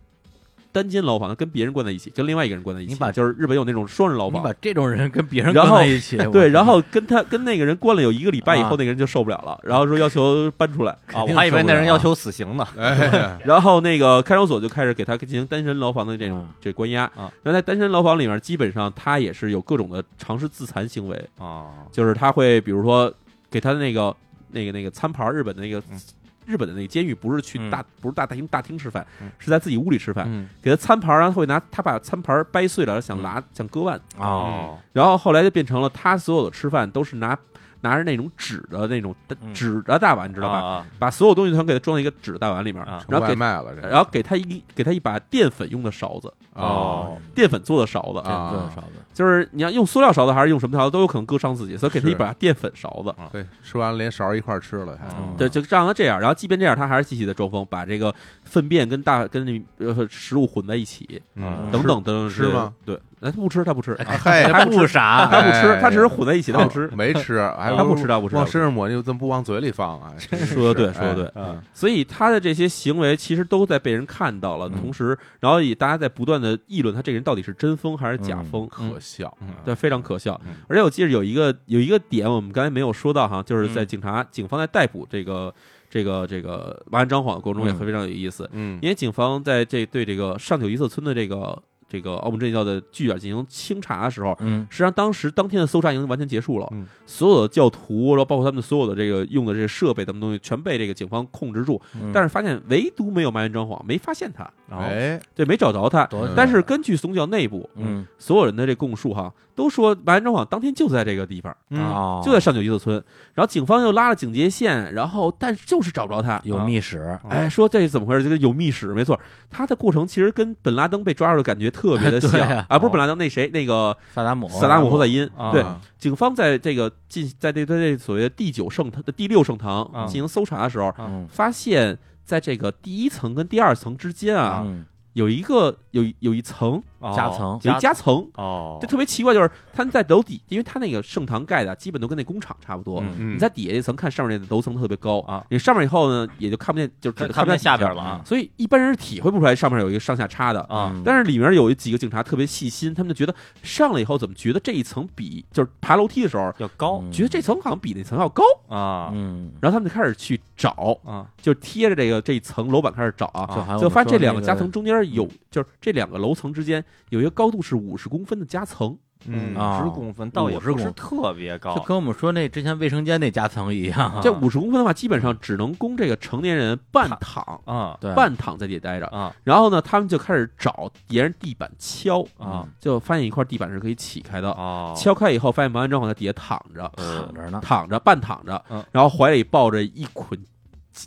单间牢房，他跟别人关在一起，跟另外一个人关在一起。你把就是日本有那种双人牢你房把，这种人跟别人然关后在一 起，对，我然后跟他跟那个人关了有一个礼拜以啊后，那个人就受不了了，然后说要求搬出来。啊，定我还以为受不那人了要求死刑呢，啊哎，然后那个看守所就开始给他进行单身牢房的这种嗯这关押啊。然后在单身牢房里面，基本上他也是有各种的尝试自残行为，啊，就是他会比如说给他的那个那个那个餐盘，日本的那个嗯日本的那个监狱不是去嗯大不是大厅大厅吃饭嗯，是在自己屋里吃饭。嗯，给他餐盘儿，然后会拿他把餐盘儿掰碎了，想拿想割腕，哦，哦，然后后来就变成了他所有的吃饭都是拿拿着那种纸的那种嗯纸的大碗，知知道吧？吧？把所有东西全给它装在一个纸的大碗里面，啊然后外给卖了这个，然后给他一给他一把淀粉用的勺子，哦，淀粉做的勺子啊，啊多嗯少的，就是你要用塑料勺子还是用什么勺子都有可能割伤自己，所以给他是一把淀粉勺子。对，吃完了连勺儿一块儿吃了，还嗯对，就让他这样，然后即便这样，他还是继续的装疯，把这个粪便跟大跟那呃食物混在一起，嗯嗯等等等等吃吗？对，那他不吃，他不吃，啊嘿，还不哎不傻，他不吃，哎他只是混在一起，他不吃，没吃，还他不吃，他不吃。往他不吃身上抹，你怎么不往嘴里放啊？真 是说的对，说的，对哎，嗯所以他的这些行为其实都在被人看到了，嗯同时，然后也大家在不断的议论他这个人到底是真疯还是假疯，嗯可笑啊对，非常可笑嗯。而且我记得有一个有一个点，我们刚才没有说到哈，就是在嗯警察、警方在逮捕这个这个这个麻安张晃的过程中也嗯非常有意思，嗯因为警方在这对这个上九一色村的这个这个澳门镇教的据点进行清查的时候。嗯实际上，当时当天的搜查已经完全结束了，嗯所有的教徒，然后包括他们所有的这个用的这个设备，什么东西，全被这个警方控制住。嗯，但是发现唯独没有埋怨张晃，没发现他，然后哎，对，没找着他。多但是根据宗教内部，，嗯所有人的这供述哈，都说埋怨张晃当天就在这个地方，嗯，哦就在上九一色村。然后警方又拉了警戒线，然后但是就是找不着他。有密室，嗯哎，说这怎么回事？这个有密室，没错。他的过程其实跟本拉登被抓住的感觉特哎别的对像啊啊，不是本拉登，那谁，那个萨达姆，萨达姆侯赛因。哦啊对，警方在这个进在这对这所谓的第九圣堂、第六圣堂啊进行搜查的时候，嗯发现在这个第一层跟第二层之间啊，嗯有一个有有一层哦夹层有一夹层，哦就特别奇怪，就是它在楼底，因为它那个盛唐盖的啊基本都跟那工厂差不多。嗯你嗯，在底下一层看上面那楼层特别高啊，你上面以后呢也就看不见，就只看看不见见下底边了啊所以一般人是体会不出来上面有一个上下差的。嗯啊，但是里面有几个警察特别细心，他们就觉得上来以后怎么觉得这一层比就是爬楼梯的时候，要哦高觉得这层好像比那层要高，啊嗯，然后他们就开始去找，啊就贴着这个这一层楼板开始找啊，就好像就我发们现这说两个那夹层中间有，就是这两个楼层之间有一个高度是五十公分的夹层，嗯啊十公分倒也50不公是分特别高就，跟我们说那之前卫生间那夹层一啊样，这五十公分的话，基本上只能供这个成年人半躺啊 对，半躺在底下待着。啊然后呢，他们就开始找沿着地板敲，啊就发现一块地板是可以起开的。哦，敲开以后，发现王安正好在底下躺着，躺着呢，躺着半躺着嗯，然后怀里抱着一捆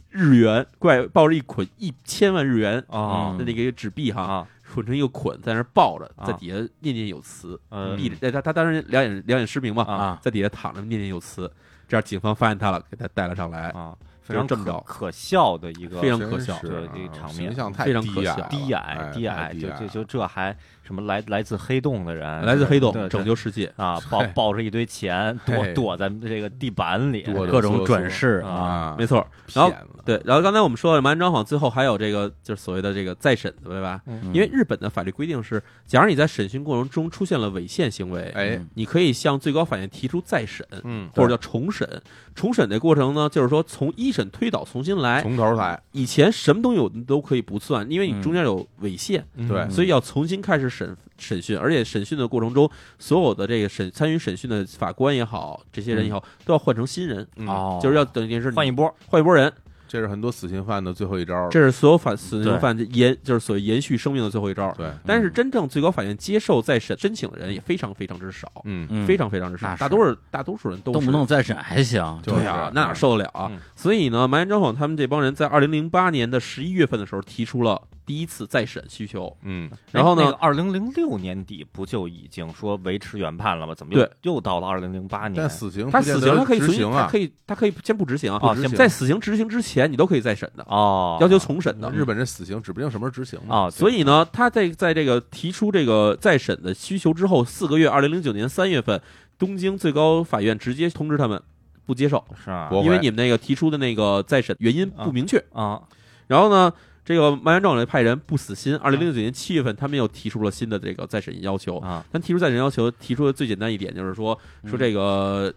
日元，怪抱着一捆一千万日元啊的那个纸币哈，啊捆成一个捆，在那儿抱着，啊在底下念念有词，呃闭着。他他当时两眼两眼失明嘛，啊在底下躺着念念有词。这样警方发现他了，给他带了上来。啊，非常这么可着可笑的一个非常真可笑是对啊这个场形面象太非常低可矮笑了低矮哎低太矮，低就矮就了就这还什么来来自黑洞的人，来自黑嗯对洞，对拯救世界。啊，抱嘿抱着一堆钱，躲嘿躲在这个地板里，多的各种转世啊啊，啊，没错，然后骗子对。然后刚才我们说了，蛮安张晃最后还有这个就是所谓的这个再审，对吧？嗯因为日本的法律规定是，假如你在审讯过程中出现了违宪行为，哎，你可以向最高法院提出再审，嗯，嗯或者叫重审。重审的过程呢，就是说从一审推倒重新来。从头来，以前什么东西我们都可以不算，因为你中间有违宪，对嗯所以要重新开始审审讯。而且审讯的过程中，所有的这个审参与审讯的法官也好，这些人也好，都要换成新人，嗯，哦，就是要等于是你换一波，换一波人。这是很多死刑犯的最后一招儿，这是所有反死对刑犯延就是所谓延续生命的最后一招。对，但是真正最高法院接受再审申请的人也非常非常之少，嗯，嗯非常非常之少那，是大多数大多数人都动不是动再审还行，就对是啊嗯，那哪受得了啊嗯！所以呢，麻原彰晃他们这帮人在二零零八年的十一月份的时候提出了第一次再审需求，嗯，然后呢，哎二零零六年底不就已经说维持原判了吗？怎么对又又到了二零零八年但？死刑他不见死得刑他可以执随意，行他啊可，以他可以先不执行啊啊，先执行在死刑执行之前你都可以再审的，哦，要求重审的。日本这死刑指不定什么时候执行嘛，啊，所以呢，他在在这个提出这个再审的需求之后，四个月，二零零九年三月份，东京最高法院直接通知他们不接受，是啊驳回因为你们那个提出的那个再审原因不明确。啊然后呢，这个麻原彰晃这派人不死心，二零零九年七月份，他们又提出了新的这个再审要求。啊但提出再审要求，提出的最简单一点就是说，嗯说这个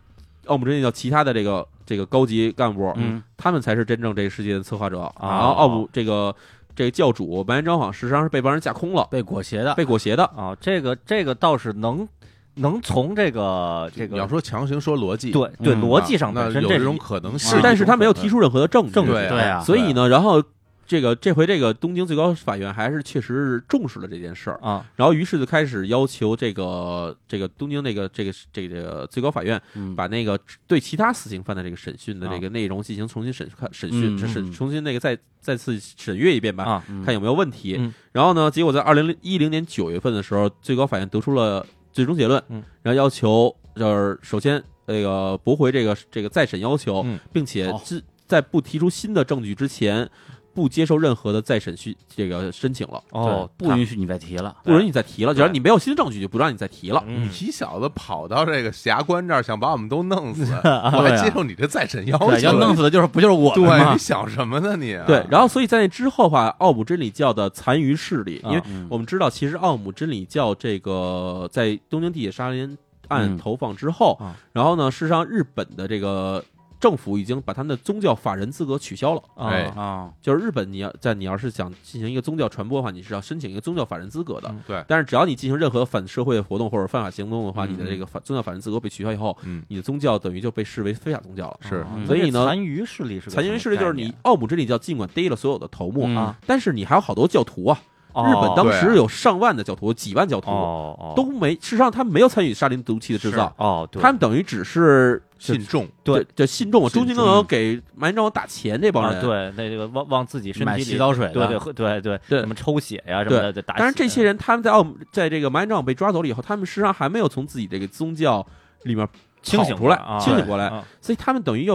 奥姆真理教其他的这个这个高级干部，嗯他们才是真正这个世界的策划者。然后奥姆这个这个教主麻原彰晃实际上是被帮人架空了，被裹挟的，被裹挟的。啊，这个这个倒是能能从这个这你要个说强行说逻辑，对对嗯逻辑上那本身有这这是种可能性是，但是他没有提出任何的证据。证据对对啊所以呢，然后这个这回这个东京最高法院还是确实是重视了这件事儿，啊，然后于是就开始要求这个这个东京那个这个这个、这个最高法院嗯把那个对其他死刑犯的这个审讯的啊这个内容进行重新审看审讯，嗯审审嗯重新那个再再次审阅一遍吧，啊看有没有问题。嗯然后呢，结果在二零一零年九月份的时候，最高法院得出了最终结论，嗯然后要求就是首先那个驳回这个这个再审要求，嗯并且好自在不提出新的证据之前，不接受任何的再审需这个申请了，哦，对不允许你再提了。不允许你再提了。只对要你没有新证据，就不让你再提了。嗯你小子跑到这个侠官这儿，想把我们都弄死，啊我还接受你这再审要求？对，要弄死的就是不就是我们对，吗你？想什么呢你？啊啊对，然后所以在那之后的话，奥姆真理教的残余势力，因为嗯我们知道，其实奥姆真理教这个在东京地铁杀人案嗯投放之后，啊然后呢，事实上日本的这个政府已经把他们的宗教法人资格取消了。啊哎啊，就是日本，你要在你要是想进行一个宗教传播的话，你是要申请一个宗教法人资格的。嗯对但是只要你进行任何反社会活动或者犯法行动的话，嗯你的这个法宗教法人资格被取消以后，嗯你的宗教等于就被视为非法宗教了。是哦嗯所以呢残余势力是个残余势力就是什么你概奥姆真理教尽管逮了所有的头目，嗯啊但是你还有好多教徒啊，念日本哦当时有上万的教徒，几万教徒，哦哦都没，事实上他们没有参与沙林毒气的制造，哦对，他们等于只是信众，对对就信众，信中众间都能给埋章打钱这帮啊人。，对那这个往往自己身买体洗里澡水的，对对喝对对对什么抽血呀什么的，打但是这些人人他们在奥姆在这个埋章被抓走了以后，他们实际上还没有从自己这个宗教里面清醒跑出来啊清醒过来啊所以他们等于又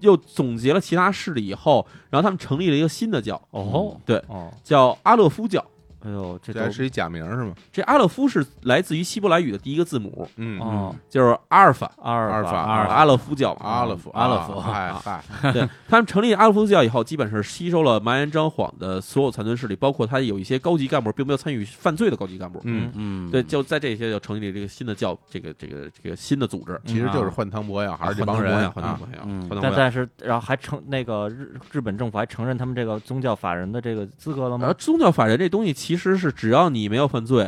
又总结了其他势力以后，然后他们成立了一个新的教，哦嗯对，哦，叫阿勒夫教。哎呦，这这都还是一假名是吗？这阿勒夫是来自于希伯来语的第一个字母，嗯，哦就是阿尔法，阿尔阿尔法阿阿尔尔法阿勒夫教嘛。阿勒夫，阿勒夫哎嗨， 对他们成立阿勒夫教以后，基本上是吸收了蛮延张晃的所有残存势力，包括他有一些高级干部并没有参与犯罪的高级干部。嗯，嗯，对，就在这些就成立了这个新的教，这个这个这个新的组织，其实就是换汤不换药，还是这嗯换帮汤不人换药，换汤啊不换药，嗯换汤但不换药。但是，然后还承那个日日本政府还承认他们这个宗教法人的这个资格了然后吗？宗教法人这东西其实是只要你没有犯罪，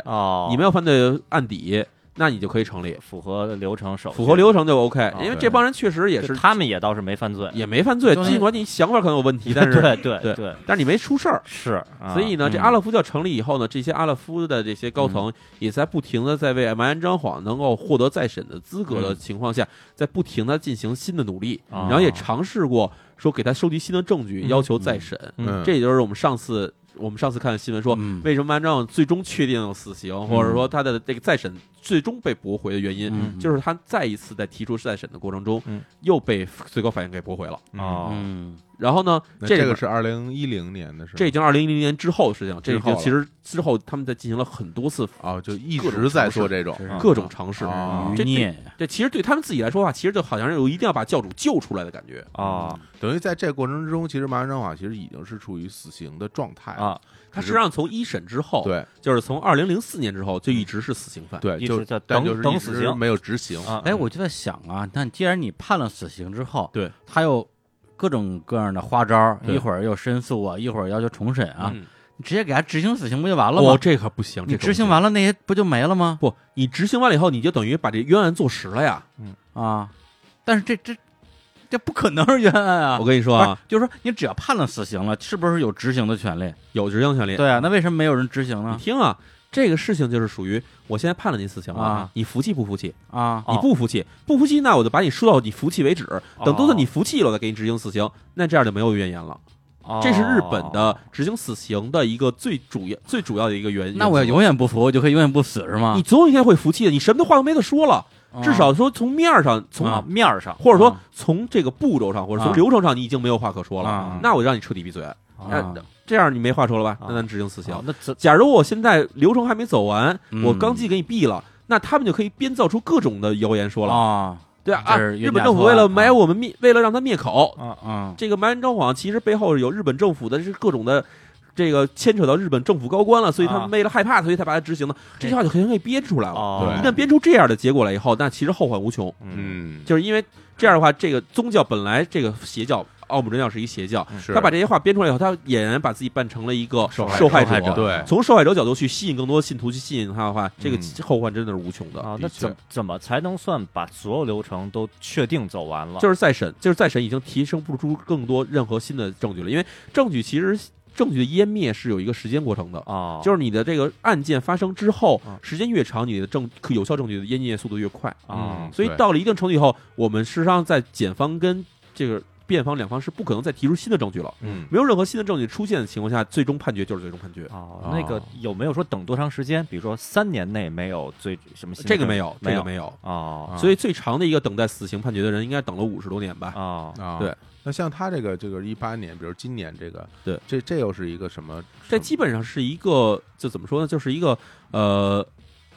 呃哦，你没有犯罪案底，那你就可以成立，符合流程手续，符合流程就 OK 啊。因为对这帮人确实也就是他们也倒是没犯罪，也没犯罪，对尽管你想法可能有问题，但是 对对对对但是你没出事儿，是，啊所以呢，这嗯阿勒夫教成立以后呢，这些阿勒夫的这些高层也在不停的在为蛮延张晃能够获得再审的资格的情况下，在不停的进行新的努力，啊然后也尝试过说给他收集新的证据，嗯要求再审。嗯这也就是我们上次我们上次看的新闻说，嗯为什么蛮延张晃最终确定有死刑，或者说他的这个再审最终被驳回的原因。嗯就是他再一次在提出再审的过程中，嗯又被最高法院给驳回了。哦嗯然后呢，那这里这边个是二零一零年的事，这已经二零一零年之后的事情了，这已之经后了其实之后他们在进行了很多次哦，就一直在做这种各种尝试各种尝试。啊，这余孽这其实对他们自己来说的话，其实就好像是有一定要把教主救出来的感觉。哦等于在这过程之中，其实麻原彰晃其实已经是处于死刑的状态了。啊，他实际上从一审之后，，对就是从二零零四年之后就一直是死刑犯。对，一就直在但等就是等一死直刑没有执行。啊，哎，我就在想啊，那既然你判了死刑之后，对，他又各种各样的花招，对一会儿又申诉啊，一会儿要求重审啊，嗯，你直接给他执行死刑不就完了哦，吗？这可不行，你这可不执行行完了那些不就没了吗？不？你执行完了以后，你就等于把这冤案坐实了呀。啊，但是这这这不可能是冤案啊！我跟你说不啊是，，就是说你只要判了死刑了，是不是有执行的权利？有执行权利。对啊，那为什么没有人执行你呢？听啊，这个事情就是属于我现在判了你死刑了啊，你服气不服气？啊，你不服气，不服气，那我就把你输到你服气为止。哦等都到你服气了，我再给你执行死刑，那这样就没有怨言了。哦这是日本的执行死刑的一个最主要、最主要的一个原因。那我要啊永远不服，我就可以永远不死是吗你？总有一天会服气的，你什么话都没得说了，啊至少说从面儿上，从、啊面儿上或者说啊从这个步骤上，或者从啊流程上，你已经没有话可说了。啊，那我让你彻底闭嘴，哎哎啊这样你没话说了吧？啊那咱执行死刑。那这假如我现在流程还没走完，嗯我刚进给你毙了。那他们就可以编造出各种的谣言说了，啊对啊，啊这是冤日本假政府错为了案埋啊我们灭，为了让他灭口，啊这个蛮人张谎其实背后是有日本政府的是各种的。这个牵扯到日本政府高官了，所以他啊们为了害怕，所以才把它执行的。这句话就很容易编出来了。哦一旦编出这样的结果来以后，那其实后患无穷。嗯嗯，就是因为这样的话，这个宗教本来这个邪教，奥姆真教是一邪教，是他把这些话编出来以后，他俨然把自己扮成了一个受受害者者。受害者对从受害者角度去吸引更多信徒去吸引他的话，这个嗯后患真的是无穷的。啊，的那确怎怎么才能算把所有流程都确定走完了？就是再审，就是再审已经提升不出更多任何新的证据了，因为证据其实证据的湮灭是有一个时间过程的，哦，就是你的这个案件发生之后啊，时间越长，你的证有效证据的湮灭速度越快。啊嗯，所以对到了一定程度以后，我们事实上在检方跟这个辩方两方是不可能再提出新的证据了。嗯，没有任何新的证据出现的情况下，最终判决就是最终判决。哦，那个有没有说等多长时间？比如说三年内没有最什么新的这个证没有，没这有个没有。哦所以最长的一个等待死刑判决的人，应该等了五十多年吧？哦啊，对。那像他这个这个一八年，比如今年这个，对，这这又是一个什么？这基本上是一个，就怎么说呢？就是一个呃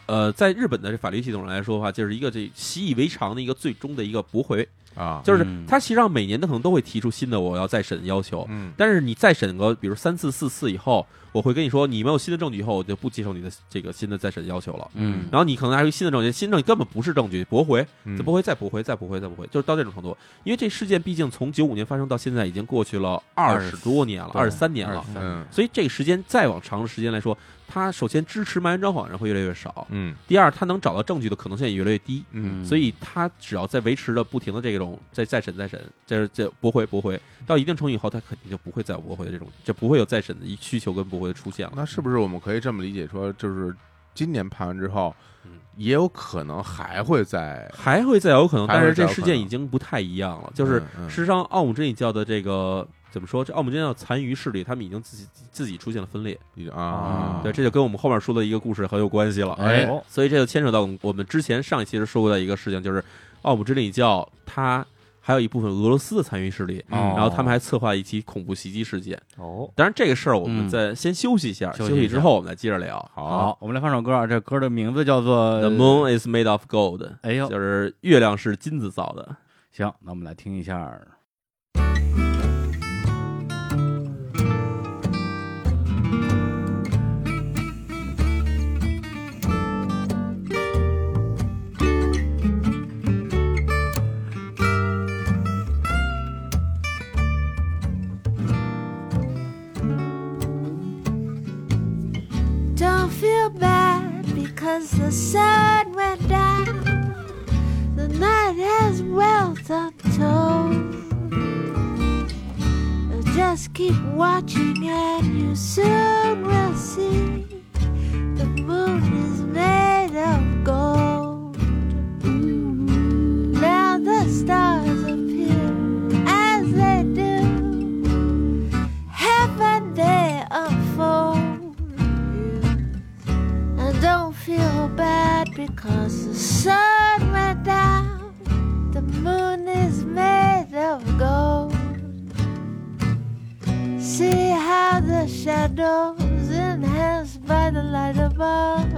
呃，在日本的这法律系统上来说的话，就是一个这习以为常的一个最终的一个驳回，啊，就是嗯他实际上每年他可能都会提出新的我要再审要求，嗯但是你再审个比如三次四次以后，我会跟你说你没有新的证据以后，我就不接受你的这个新的再审要求了。嗯然后你可能拿出新的证据，新证据根本不是证据，驳回，嗯怎么会再驳回，再驳回，再驳回，就是到这种程度。因为这事件毕竟从九五年发生到现在，已经过去了二十多年了，对二十三年了， 23嗯所以这个时间再往长的时间来说，它首先支持埋怨张谎人会越来越少，嗯第二，它能找到证据的可能性也越来越低。嗯所以它只要在维持着不停的这种再再审再审，这这驳回驳回，到一定程度以后，它肯定就不会再有驳回的这种，就不会有再审的一需求跟驳回的出现了。那是不是我们可以这么理解说，就是今年判完之后嗯，也有可能还会在，还会再有可能，还会但是这再有事可件能已经不太一样了，就是嗯嗯事实上，奥姆真理教的这个怎么说？这奥姆真理教残余势力，他们已经自己自己出现了分裂。已经啊，对，这就跟我们后面说的一个故事很有关系了。哎哦所以这就牵扯到我们我们之前上一期说过的一个事情，就是奥姆真理教它还有一部分俄罗斯的残余势力，嗯哦然后他们还策划一起恐怖袭击事件。哦，当然，这个事儿我们嗯再先休息一下，休息休息一下之后我们再接着聊。好，我们来放首歌啊，这歌的名字叫做，The Moon is made of gold，哎呦，就是月亮是金子造的。行，那我们来听一下。 Don't feel bad because the sun went down. The night has wealth untold. Just keep watching and you soon will see the moon is made of gold. Now the stars appear as they do. Heaven they unfold. And don't feel bad because the sun went down. The moon is made of gold. See how the shadows, enhanced by the light above,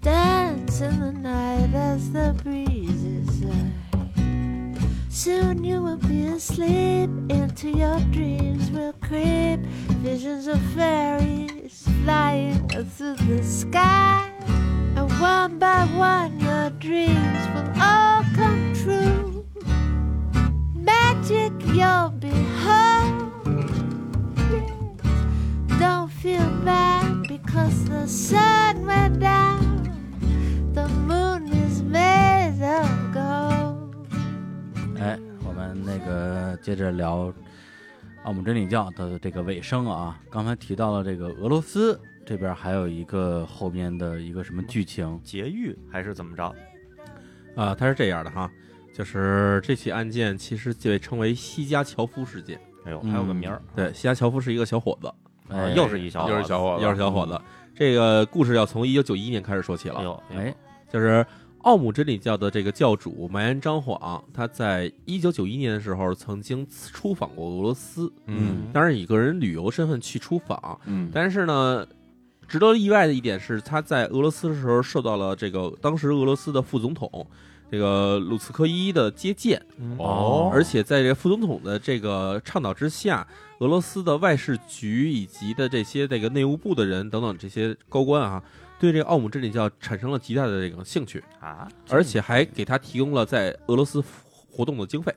dance in the night as the breezes sigh. Soon you will be asleep, into your dreams will creep visions of fairies flying through the sky. And one by one, your dreams will all come true. Magic you'll behold. Yes. Don't feel bad because the sun went down. The moon is made of gold. 哎，我们那个接着聊奥姆真理教的这个尾声啊。刚才提到了这个俄罗斯这边还有一个后面的一个什么剧情，劫狱还是怎么着？啊，它是这样的哈，就是这起案件其实就被称为西加乔夫事件。哎呦，嗯还有个名儿，对，西加乔夫是一个小伙子，哎，又是一小伙子，又是小伙子，又是小伙子。嗯这个故事要从一九九一年开始说起哎了，呦，哎，就是奥姆真理教的这个教主埋恩张晃，他在一九九一年的时候曾经出访过俄罗斯，嗯当然以个人旅游身份去出访，嗯但是呢。值得意外的一点是，他在俄罗斯的时候受到了这个当时俄罗斯的副总统这个鲁茨科伊的接见，哦，而且在这个副总统的这个倡导之下，俄罗斯的外事局以及的这些这个内务部的人等等这些高官啊，对这个奥姆真理教产生了极大的这种兴趣，啊，而且还给他提供了在俄罗斯活动的经费。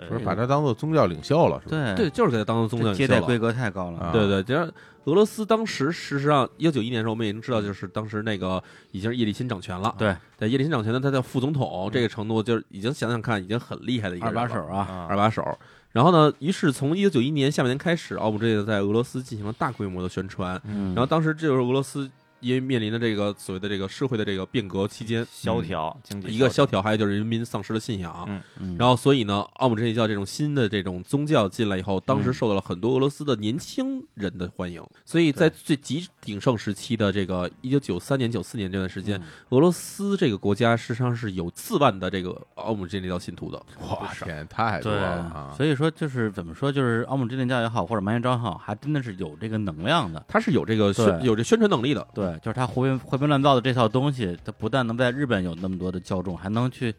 呃不是把他当做宗教领袖了，是吧？对对，，就是给他当做宗教这接领待袖规了。格太高了。啊对对，就是俄罗斯当时事实上，一九九一年的时候，我们已经知道，就是当时那个已经是叶利钦掌权了。对，嗯对，叶利钦掌权呢，他叫副总统这个程度，就是已经想想看，已经很厉害的一个二人把了手啊，啊二把手。然后呢，于是从一九九一年下半年开始，奥姆这个在俄罗斯进行了大规模的宣传。嗯，然后当时就是俄罗斯因为面临的这个所谓的这个社会的这个变革期间，萧条，经济一个萧萧条，还有就是人民丧失了信仰。嗯嗯然后，所以呢，奥姆真理教这种新的这种宗教进来以后，嗯当时受到了很多俄罗斯的年轻人的欢迎。所以在最极鼎盛时期的这嗯个一九九三年、九四年这段时间，俄罗斯这个国家实际上是有四万的这个奥姆真理教信徒的。哇，天，太多对了啊！所以说就是怎么说，就是奥姆真理教也好，或者蛮元昭也好，还真的是有这个能量的。他是有这个宣对嗯有这宣传能力的，对，就是他胡编胡编乱造的这套东西，他不但能在日本有那么多的教众，还能去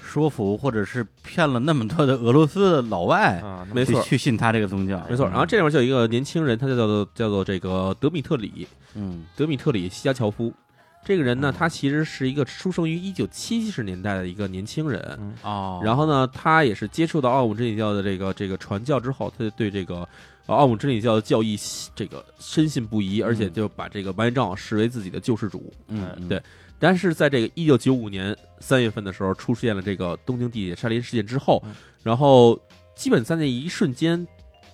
说服或者是骗了那么多的俄罗斯的老外条啊，那没去错去信他这个宗教。没错。然后这里面就有一个年轻人，他就叫做叫做这个德米特里，嗯，德米特里·西加乔夫。这个人呢嗯，他其实是一个出生于一九七十年代的一个年轻人。哦，然后呢，他也是接触到奥姆真理教的这个这个传教之后，他就对这个呃奥姆真理教的教义这个深信不疑，而且就把这个班长视为自己的救世主。嗯，嗯对但是在这个一九九五年三月份的时候，出现了这个东京地铁沙林事件之后，嗯然后基本在那一瞬间，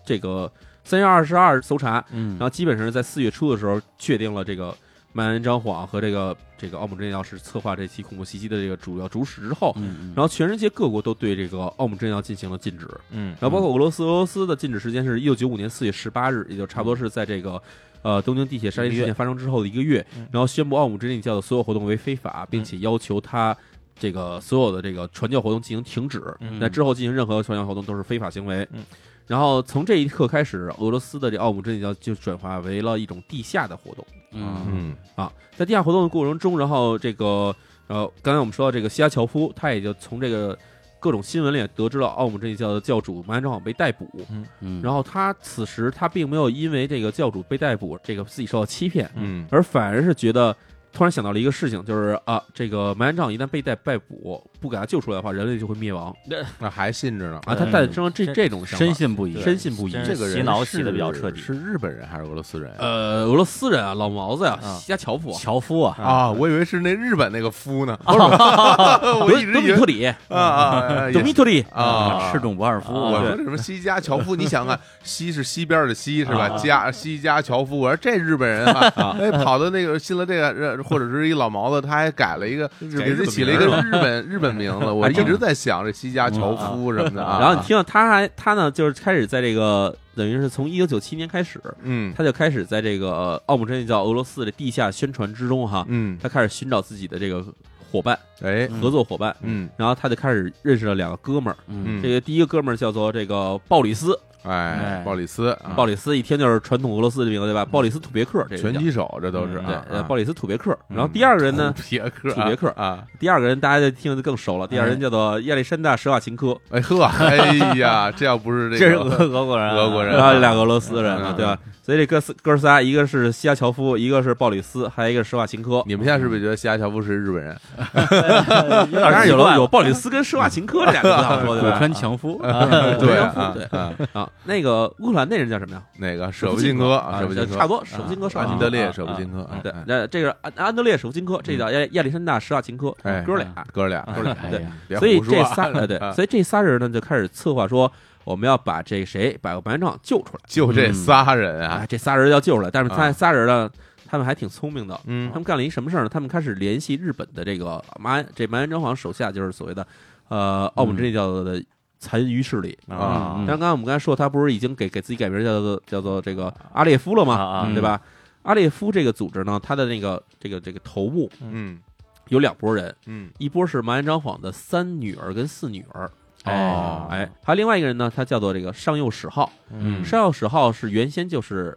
这个三月二十二搜查，嗯，然后基本上是在四月初的时候确定了这个曼恩张晃和这个这个奥姆真理教是策划这起恐怖袭击的这个主要主使之后，嗯，嗯然后全世界各国都对这个奥姆真理教进行了禁止，嗯然后包括俄罗斯，俄罗斯的禁止时间是一九九五年四月十八日，也就差不多是在这个。呃，东京地铁沙林事件发生之后的一个月嗯，然后宣布奥姆真理教的所有活动为非法，并且要求他这个所有的这个传教活动进行停止。嗯那之后进行任何传教活动都是非法行为嗯。然后从这一刻开始，俄罗斯的这奥姆真理教就转化为了一种地下的活动嗯嗯，啊。在地下活动的过程中，然后这个呃，刚才我们说到这个西亚乔夫，他也就从这个各种新闻里也得知了哦奥姆真理教的教主马安正好被逮捕。嗯，然后他此时他并没有因为这个教主被逮捕，这个自己受到欺骗，嗯而反而是觉得突然想到了一个事情，就是啊，这个蛮丈一旦被逮逮捕，不给他救出来的话，人类就会灭亡那还信着呢。啊！他嗯诞生了这这这种想法深，信不疑，深信不疑。真这个人洗脑是洗得比较彻底是日本人还是俄罗斯人啊？呃，俄罗斯人啊，老毛子呀、啊西加乔夫啊、樵夫啊，啊，我以为是那日本那个夫呢， 我德一直德以米为特里、啊啊，德米特里，啊，赤冢不二夫，啊我啊对说什么西加樵夫？你想啊，西是西边的西是吧？啊加西加樵夫，我说这日本人啊，哎，跑到那个信了这个，呃或者是一老毛子，他还改了一个，给自己起了一个日本日本名字。我一直在想这西加樵夫什么的啊。然后你听到他还他呢，就是开始在这个等于是从一九九七年开始，嗯他就开始在这个呃奥姆真理教俄罗斯的地下宣传之中哈，嗯，他开始寻找自己的这个伙伴、哎，嗯合作伙伴，嗯然后他就开始认识了两个哥们儿。嗯这个第一个哥们儿叫做这个鲍里斯，哎哎，鲍里斯啊，鲍里斯一听就是传统俄罗斯的名字对吧？鲍里斯土别克，这个拳叫击手，这都是嗯对啊，呃啊鲍里斯土别克。嗯然后第二个人呢，土别克啊，土别克啊，第二个人大家就听得更熟了，第二个人叫做亚历山大舍瓦琴科，哎呵，哎呀，这要不是这是个俄俄国人啊，俄国人然后两个俄罗斯人了，嗯对吧？所以这哥四哥仨，一个是西亚乔夫，一个是鲍里斯，还有一个是舍瓦琴科。你们现在是不是觉得西加乔夫是日本人？ 有当然点有奇怪了有鲍里斯跟施瓦琴科这两个不好说，对古吧？川强夫， 对啊啊对，啊啊，那个乌克兰那人叫什么呀？哪个舍不进哥啊？舍不进哥，差不多，舍甫金科，舍安瓦琴吉科德啊。烈舍不进哥，哎对，那这个安安德烈·舍夫金科，这叫亚亚历山大·施瓦琴科，嗯哎哥俩。哥俩，哥俩哎对呀，别所以胡说这啊仨，呃对，所以这仨人呢就开始策划说，我们要把这谁把白丈救出来。 就这仨人啊哎，，这仨人要救出来，但是他啊仨人呢，他们还挺聪明的。嗯他们干了一什么事儿呢？他们开始联系日本的这个麻这麻原彰晃手下，就是所谓的呃奥姆真理教的残余势力。啊嗯但刚刚我们刚才说，他不是已经给给自己改名叫做叫做这个阿列夫了啊吗？啊嗯对吧？阿列夫这个组织呢，他的那个这个这个头目嗯有两拨人，嗯一波是麻原彰晃的三女儿跟四女儿，哦哎，还有另外一个人呢，他叫做这个上右史浩，嗯上右史浩是原先就是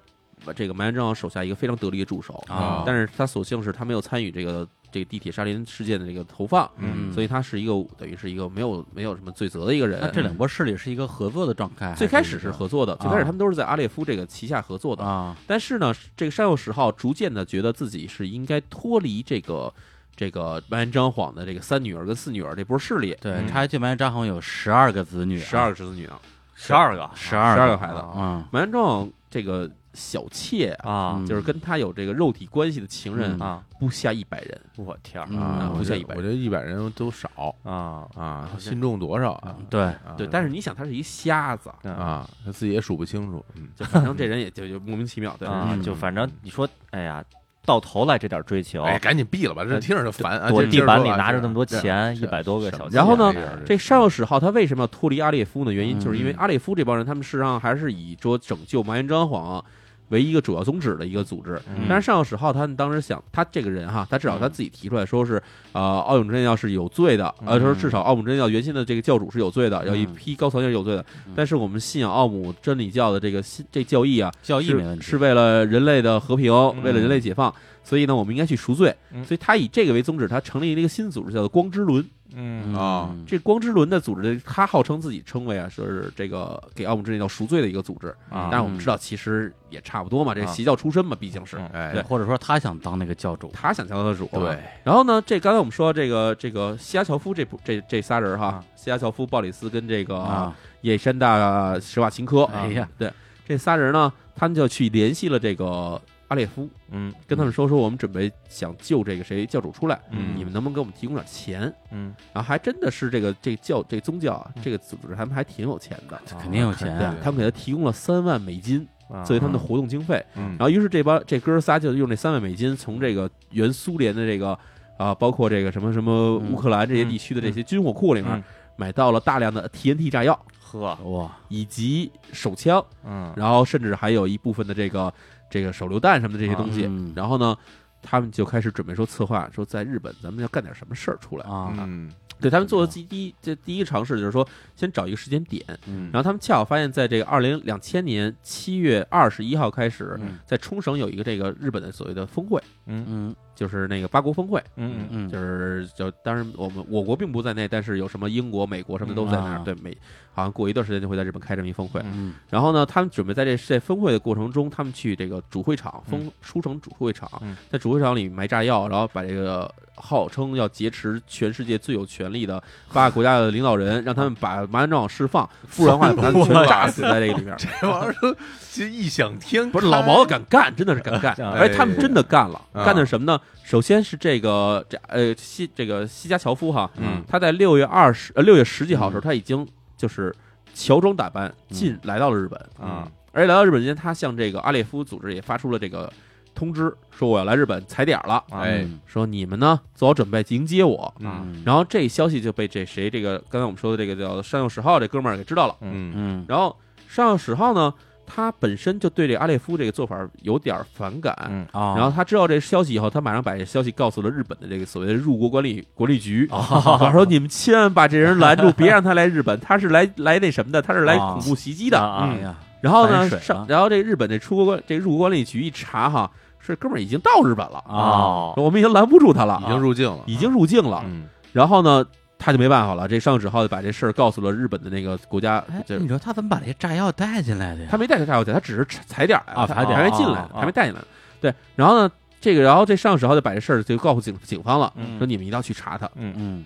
这个麻原彰晃手下一个非常得力的助手，啊，但是他所幸是他没有参与这个这个地铁沙林事件的这个投放，嗯所以他是一个等于是一个没有没有什么罪责的一个人那。这两波势力是一个合作的状态，最开始还是是一个合作的，最开始他们都是在阿列夫这个旗下合作的，啊，但是呢，这个山右十号逐渐的觉得自己是应该脱离这个这个完颜张晃的这个三女儿跟四女儿这波势力，对，嗯插一句，完颜张衡有十二个子女，十二，个侄子女啊，十二个十二，十二个孩子啊嗯，完颜张晃这个小妾啊，啊嗯就是跟他有这个肉体关系的情人嗯啊！不下一百人，我天儿嗯啊，不我下觉一得百我觉得一百人都少啊啊，信众多少啊？嗯对，啊对，但是你想他是一瞎子，啊，他自己也数不清楚，嗯就反正这人也就就莫名其妙，对吧？啊！嗯就反正你说，哎呀，到头来这点追求，哎，赶紧毙了吧，这听着就烦啊！躲这地板里这拿着那么多这钱，一是百多个小什么钱，然后呢玩意儿这上校史浩他为什么要脱离阿列夫呢？原因嗯就是因为阿列夫这帮人，他们事实上还是以说拯救麻原彰晃为一个主要宗旨的一个组织。嗯但是上校史浩他们当时想，他这个人哈，他至少他自己提出来说是，呃，奥永真要是有罪的，呃，嗯说至少奥姆真教原先的这个教主是有罪的，要一嗯批高层也是有罪的嗯。但是我们信仰奥姆真理教的这个信这教义啊，教义是没问题，嗯是为了人类的和平，为了人类解放，所以呢，我们应该去赎罪。嗯所以他以这个为宗旨，他成立了一个新组织，叫做光之轮。嗯嗯啊，这光之轮的组织，他号称自己称为啊，说是这个给奥姆真理教赎罪的一个组织。啊但是我们知道，其实也差不啊多嘛，这邪教出身嘛，毕竟是嗯哎，或者说他想当那个教主，他想教他主。对，然后呢，这刚才我们说这个这个西亚乔夫这部这这仨人哈啊，西亚乔夫、鲍里斯跟这个啊，叶山大什瓦琴科，啊哎呀，对，这仨人呢，他们就去联系了这个阿列夫，嗯跟他们说说我们准备想救这个谁教主出来，嗯你们能不能给我们提供点钱？嗯，然后还真的是这个这教这宗教啊，嗯这个组织他们还挺有钱的，肯定有钱啊，他们给他提供了三万美金啊作为他们的活动经费。嗯然，后于是这帮这哥仨就用这三万美金从这个原苏联的这个啊，包括这个什么什么嗯乌克兰这些地区的这些军火库里面嗯买到了大量的 TNT 炸药呵，哇，以及手枪，嗯然后甚至还有一部分的这个这个手榴弹什么的这些东西。嗯然后呢，他们就开始准备说策划说在日本咱们要干点什么事儿出来。啊，嗯对他们做的第第一这第一个尝试就是说，先找一个时间点，嗯然后他们恰好发现，在这个二零两千年七月二十一号开始嗯，在冲绳有一个这个日本的所谓的峰会，嗯嗯就是那个八国峰会，嗯嗯嗯，就是是就当然我们我国并不在内，但是有什么英国、美国什么都在那嗯啊儿，对美好像过一段时间就会在日本开这么一峰会。嗯嗯然后呢，他们准备在这在峰会的过程中，他们去这个主会场丰书城主会场嗯，在主会场里埋炸药，然后把这个号称要劫持全世界最有权力的八个国家的领导 人，让他们把麻原彰晃释放，不然的 话把他们全炸死 在这个里面。这玩意儿都这异想天开，不是老毛子敢干， 真的是啊敢干，哎而且他们真的干了，啊干的是什么呢？首先是这个这呃西这个西加乔夫哈，嗯他在六月二十呃六月十几号的时候，他已经就是乔装打扮进来到了日本，啊而且来到日本之前，他向这个阿列夫组织也发出了这个通知，说我要来日本踩点儿了，啊哎嗯说你们呢做好准备迎接我。嗯嗯，然后这消息就被这谁这个刚才我们说的这个叫山右十号这哥们儿给知道了。嗯嗯然后山右十号呢，他本身就对这个阿列夫这个做法有点儿反感，嗯啊，然后他知道这消息以后，他马上把这消息告诉了日本的这个所谓的入国管理国力局，哦我说你们千万把这人拦住，别让他来日本，他是来来那什么的，他是来啊恐怖袭击啊的。嗯啊哎呀，然后反呢水，了上然后这日本这出国管这入国管理局一查哈，是哥们儿已经到日本了，啊哦我们已经拦不住他了，啊已经入境了，嗯已经入境了。嗯然后呢，他就没办法了，这上指号就把这事儿告诉了日本的那个国家，哎，嗯就你说他怎么把这炸药带进来的呀？他没带他炸药去，他只是踩点儿啊踩点儿还没进来啊，啊还没带进来。对，然后呢，这个然后这上手就把这事儿就告诉警警方了，嗯说你们一定要去查他。嗯嗯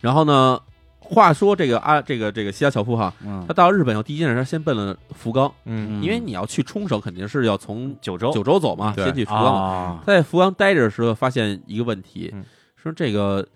然后呢，话说这个啊，这个这个西亚乔夫哈，嗯他到日本以后第一件事，他先奔了福冈，嗯，因为你要去冲绳肯定是要从九州九州走嘛，对先去福冈嘛。啊，哦他在福冈待着的时候，发现一个问题嗯，说这个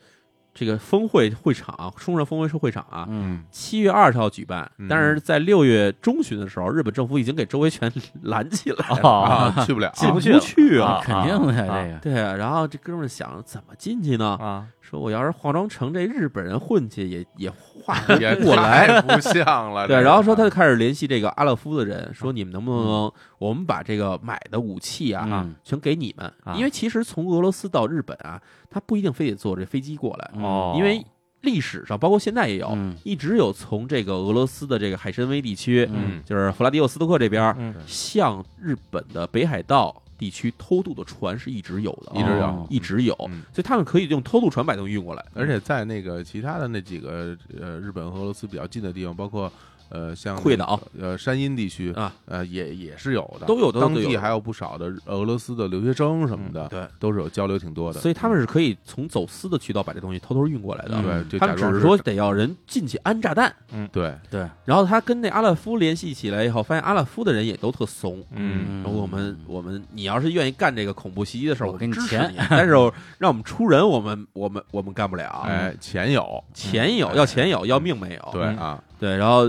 这个峰会会场，冲绳峰会会场啊，嗯七月二十号举办嗯，但是在六月中旬的时候，日本政府已经给周围全 拦起来了，哦啊，去不了，进不不去去啊。啊肯定的呀，这个对，啊然后这哥们儿想怎么进去呢？啊，说我要是化妆成这日本人混去也也化不也过来。 太不像了。对，这然后说他就开始联系这个阿勒夫的人，说你们能不能我们把这个买的武器啊嗯全给你们啊，因为其实从俄罗斯到日本啊，他不一定非得坐这飞机过来，哦，因为历史上包括现在也有，嗯一直有从这个俄罗斯的这个海参崴地区，嗯就是弗拉迪沃斯托克这边儿，嗯向日本的北海道地区偷渡的船是一直有的，哦一直有一直有，嗯所以他们可以用偷渡船把东西运过来。而且在那个其他的那几个呃日本和俄罗斯比较近的地方，包括呃，像贵岛、呃山阴地区啊，呃也也是有的，都有都有当都有地还有不少的俄罗斯的留学生什么的，对，都是有交流挺多的。嗯所以他们是可以从走私的渠道把这东西偷偷运过来的。嗯对，就他假们装只是说得要人进去安炸弹，对，对，然后他跟那阿拉夫联系起来以后，发现阿拉夫的人也都特怂。嗯，然后我们我们，你要是愿意干这个恐怖袭击的事儿，我给你你支持钱你，但是让我们出人，我们我们我们干不了。哎，钱有，钱有，哎要钱有，要命没有。对 啊，对，然后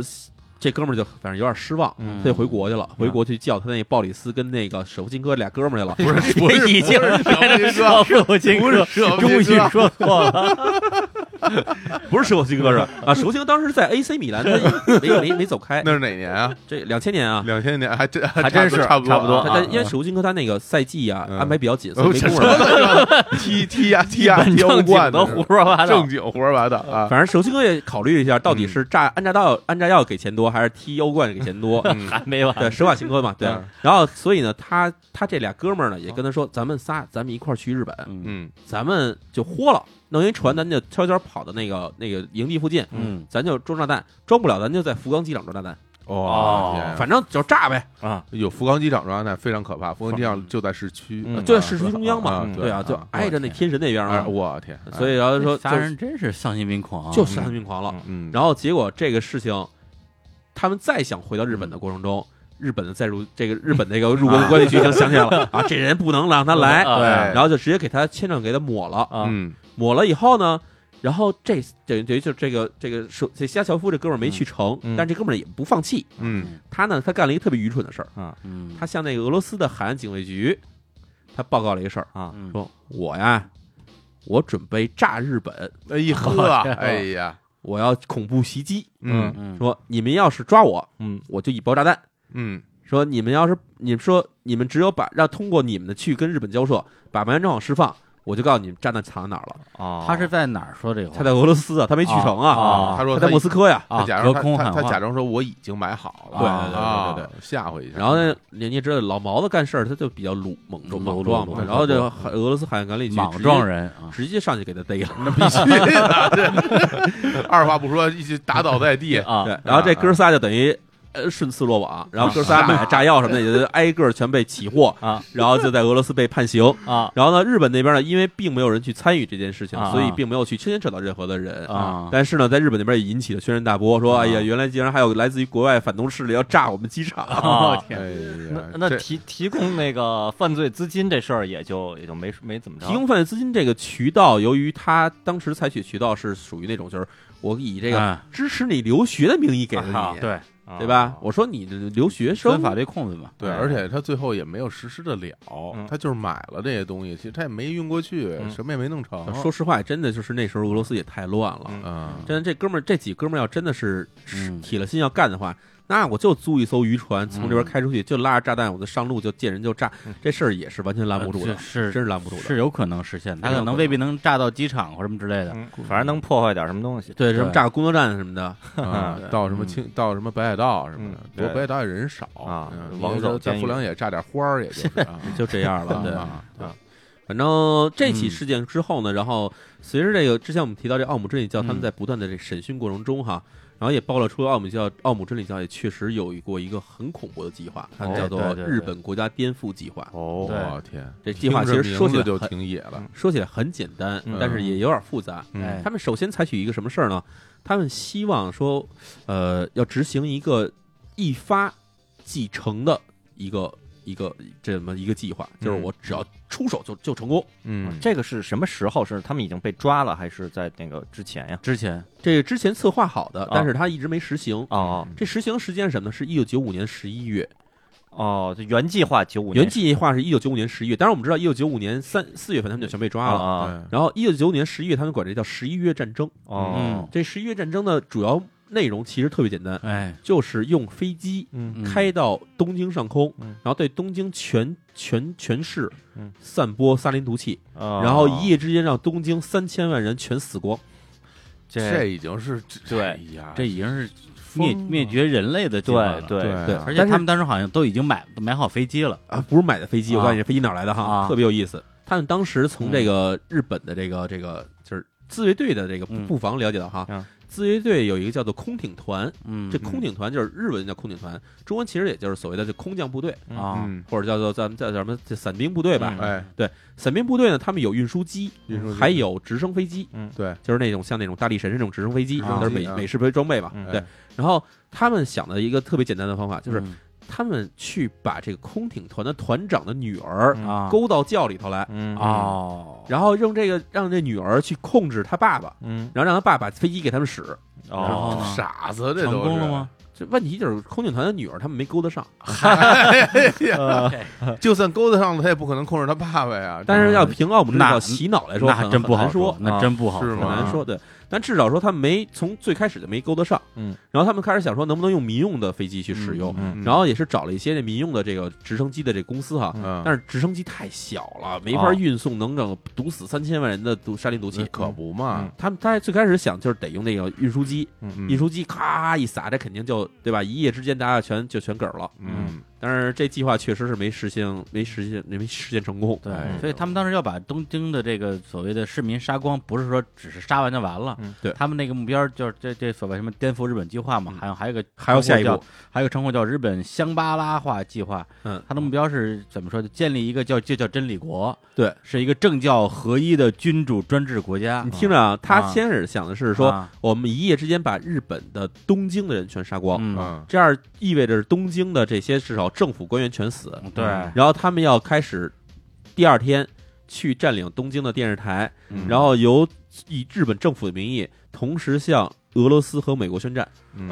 这哥们儿就反正有点失望，嗯他就回国去了，回国去叫他那鲍里斯跟那个舍甫琴科俩哥们儿去了。 不是不是已经不是舍甫琴科是我不是舍金哥，甫终琴于科说错了，不是舍甫琴科是吧啊，舍甫琴科当时在 AC 米兰，他没没没走开。 那是哪年啊？这两千年啊，两千年还真还真是差不差不多他啊他因为舍甫琴科他那个赛季啊嗯安排比较紧，所以我没什工么夫了。 都踢踢呀踢呀，本 踢欧正冠经的的胡说八道正。经胡说八道啊。反正舍甫琴科也考虑一下，到底是炸安炸药安炸药给钱多，还是踢欧冠给钱多？嗯还没完， 对，舍瓦琴科嘛，对嗯。然后所以呢，他他这俩哥们儿呢也跟他说，咱们仨，咱们一块儿去日本，嗯嗯，咱们就豁了，弄一船，咱就悄悄跑到那个那个营地附近，嗯，咱就装炸弹，装不了咱就在福冈机场装炸弹，哇哦天啊反正就炸呗，啊，有福冈机场状态非常可怕，福冈机场就在市区，嗯就在市区中央嘛，嗯对啊，就挨着那我天神那边天哎嘛，我天，哎所以然后说杀人真是丧心病狂啊！就就是杀人病狂了。嗯，然后结果这个事情，他们再想回到日本的过程中。日本的再入这个日本那个入国管理局已经想起来了啊，这人不能让他来，啊对然后就直接给他签证给他抹了，啊，嗯抹了以后呢，然后这等于等于就这个这个手这加乔夫这哥们儿没去成，嗯嗯但这哥们儿也不放弃，嗯他呢他干了一个特别愚蠢的事儿，嗯，他向那个俄罗斯的海岸警卫局，他报告了一个事儿，啊嗯说我呀，我准备炸日本，哎呀呵，哎呀，我要恐怖袭击，嗯嗯说你们要是抓我，嗯，我就以爆炸弹。嗯说你们要是你们说你们只有把让通过你们的去跟日本交涉，把麻原彰晃释放，我就告诉你们炸弹藏在哪儿了。哦，他是在哪儿说这个话？他在俄罗斯啊，他没去成啊，啊他说他在莫斯科呀。他啊假装隔空他喊他话假装说我已经买好了，对对对啊对对，吓唬一下，然后呢，人家知道老毛子干事儿，他就比较鲁莽撞鲁莽撞嘛，鲁然后就海俄罗斯海岸管理局莽直接撞人啊！直接上去给他 逮了。那必须的，这 二话不说一起打倒在地，嗯啊，对，然后这哥仨就等于呃顺次落网，然后哥仨买炸药什么的也就挨个全被起获啊，然后就在俄罗斯被判刑。啊然后呢，日本那边呢，因为并没有人去参与这件事情，啊所以并没有去牵扯到任何的人。啊但是呢，在日本那边也引起了轩然大波，说：“啊哎呀，原来竟然还有来自于国外反动势力要炸我们机场。啊， 哎呀那，那这提提供那个犯罪资金这事儿也就也就没没怎么”着，提供犯罪资金这个渠道，由于他当时采取渠道是属于那种，就是我以这个啊支持你留学的名义给啊了你，对啊对吧？我说你留学钻生法律空子嘛，对，而且他最后也没有实施得了嗯，他就是买了这些东西，其实他也没运过去，嗯什么也没弄成，说实话，真的就是那时候俄罗斯也太乱了。嗯嗯，真的，这哥们儿这几哥们儿要真的是是嗯铁了心要干的话，那我就租一艘渔船从这边开出去，就拉着炸弹，我就上路就见人就炸，这事儿也是完全拦不住的，嗯呃是真是拦不住的。是有可能实现的，是他有可能可未能必能炸到机场或什么之类的。嗯反正能破坏点什么东西，对，什么对炸个工作站什么的，啊，到什么青，到什么北海道什么的嗯，不过对北海道也人少啊嗯王总在监狱富良野炸点花儿，也就是 啊就这样 了。对，啊反正这起嗯事件之后呢，然后随着这个之前我们提到这奥姆真理教，他们嗯在不断的这审讯过程中哈，然后也暴露出奥姆教奥姆真理教也确实有一过一个很恐怖的计划，它哦叫做对对对日本国家颠覆计划。哦对我天，这计划其实听着说起名来字就很挺野了，说起来很简单嗯，但是也有点复杂。嗯哎他们首先采取一个什么事儿呢？他们希望说，呃，要执行一个一发即成的一个一个这么一个计嗯划，就是我只要出手就就成功。嗯，这个是什么时候？是他们已经被抓了，还是在那个之前呀？之前这个之前策划好啊的，但是他一直没实行。哦这实行的时间是什么呢？是一九九五年十一月，哦，这原计划九五年原计划是一九九五年十一月。当然我们知道，一九九五年三四月份他们就全被抓了。啊啊对然后一九九五年十一月，他们管这叫十一月战争。哦这十一月战争的主要内容其实特别简单，哎，就是用飞机嗯嗯开到东京上空，嗯然后对东京全全全市嗯散播沙林毒气，哦嗯然后一夜之间让东京三千万人全死光。这这已经是对哎呀，这已经是灭疯了灭绝人类的计划对了。对对啊而且但是他们当时好像都已经买买好飞机了。啊，不是买的飞机，啊我告诉你，飞机哪儿来的哈，啊特别有意思。他们当时从这个日本的这个这个就是自卫队的这个嗯布防了解到哈，啊自卫队有一个叫做空挺团，嗯，这空挺团就是日文叫空挺团，中文其实也就是所谓的这空降部队，啊，嗯，或者叫做咱们叫叫什么这伞兵部队吧。嗯哎，伞兵部队呢，他们有运输机，运输机还有直升飞机，对，就是那种像那种大力神这种直升飞机，啊都是美啊美式装备嘛。嗯对，然后他们想的一个特别简单的方法，就是嗯他们去把这个空挺团的团长的女儿嗯啊，勾到窖里头来，嗯，哦，然后用这个让这女儿去控制他爸爸，嗯，哦然后让他爸把飞机给他们使。然然啊后呢？傻子这成都功是了吗？？这问题就是空挺团的女儿他们没勾得上，哎就算勾搭上了，他也不可能控制他爸爸呀。呃但是要凭奥姆这那套洗脑来说，哎那很还真不很好难说，啊那真不好是很吗难说。对，但至少说他没从最开始就没勾得上。嗯，然后他们开始想说能不能用民用的飞机去使用，嗯，嗯然后也是找了一些这民用的这个直升机的这公司哈。嗯，但是直升机太小了，没法哦运送能整毒死三千万人的毒沙林毒气嗯那。可不嘛，他们他最开始想就是得用那个运输机，嗯运输机咔一撒，这肯定就对吧？一夜之间大家全就全嗝儿了。嗯但是这计划确实是没实现，没实现，没实现成功。嗯对哎，所以他们当时要把东京的这个所谓的市民杀光，不是说只是杀完就完了嗯，对他们那个目标就是这这所谓什么颠覆日本计划嘛，嗯还有还有个还有下一步称呼叫，还有个称呼叫日本香巴拉化计划，嗯，它的目标是怎么说？就建立一个叫就叫真理国，对，是一个政教合一的君主专制国家。你听着啊，他啊先是想的是说，啊我们一夜之间把日本的东京的人全杀光，嗯，嗯，这样意味着东京的这些至少政府官员全死。对，嗯然后他们要开始第二天去占领东京的电视台，嗯然后由以日本政府的名义，同时向俄罗斯和美国宣战，嗯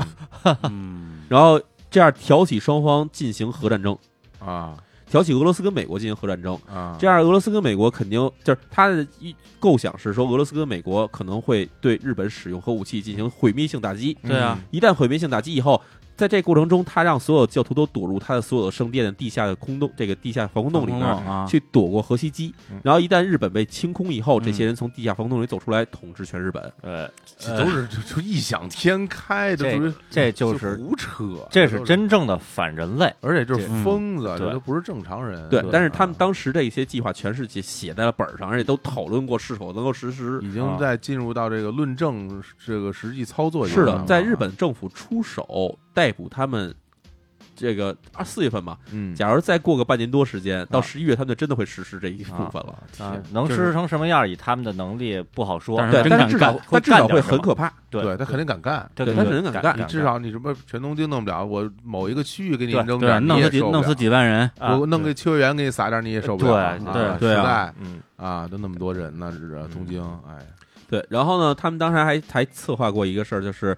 嗯，然后这样挑起双方进行核战争，啊挑起俄罗斯跟美国进行核战争。啊，这样，俄罗斯跟美国肯定就是他的一构想是说，俄罗斯跟美国可能会对日本使用核武器进行毁灭性打击。对嗯啊，一旦毁灭性打击以后，在这过程中，他让所有教徒都躲入他的所有圣殿的地下的空洞，这个地下防空洞里面儿啊，去躲过核袭击嗯。然后一旦日本被清空以后，嗯这些人从地下防空洞里走出来，统治全日本。呃，嗯这都是就就异想天开的，这都是哎这就是胡扯，这都是，真正的反人类，而且就是这疯子，这对都不是正常人。对，但是他们啊当时这些计划全是写写在了本儿上，而且都讨论过是否能够实施。已经在进入到这个论证这个实际操作阶是段的了，啊在日，本政府出手逮捕他们，这个二四月份嘛，嗯，假如再过个半年多时间，到啊十一月，他们就真的会实施这一部分了。啊，能就实是施成什么样儿，以他们的能力不好说。但是对，真但敢是至干少，会但至少干点会什很么可怕。对他肯定敢干。对对对他肯定敢干啊你至少你什么全东京弄不了，我某一个区域给你对扔对啊，点，弄你死也几受不弄死了。几万人，啊我弄个秋叶原给你撒点，你也受不了。对对啊对时啊代嗯啊，都那么多人呢，这是东京，哎，对，然后呢，他们当时还还策划过一个事儿，就是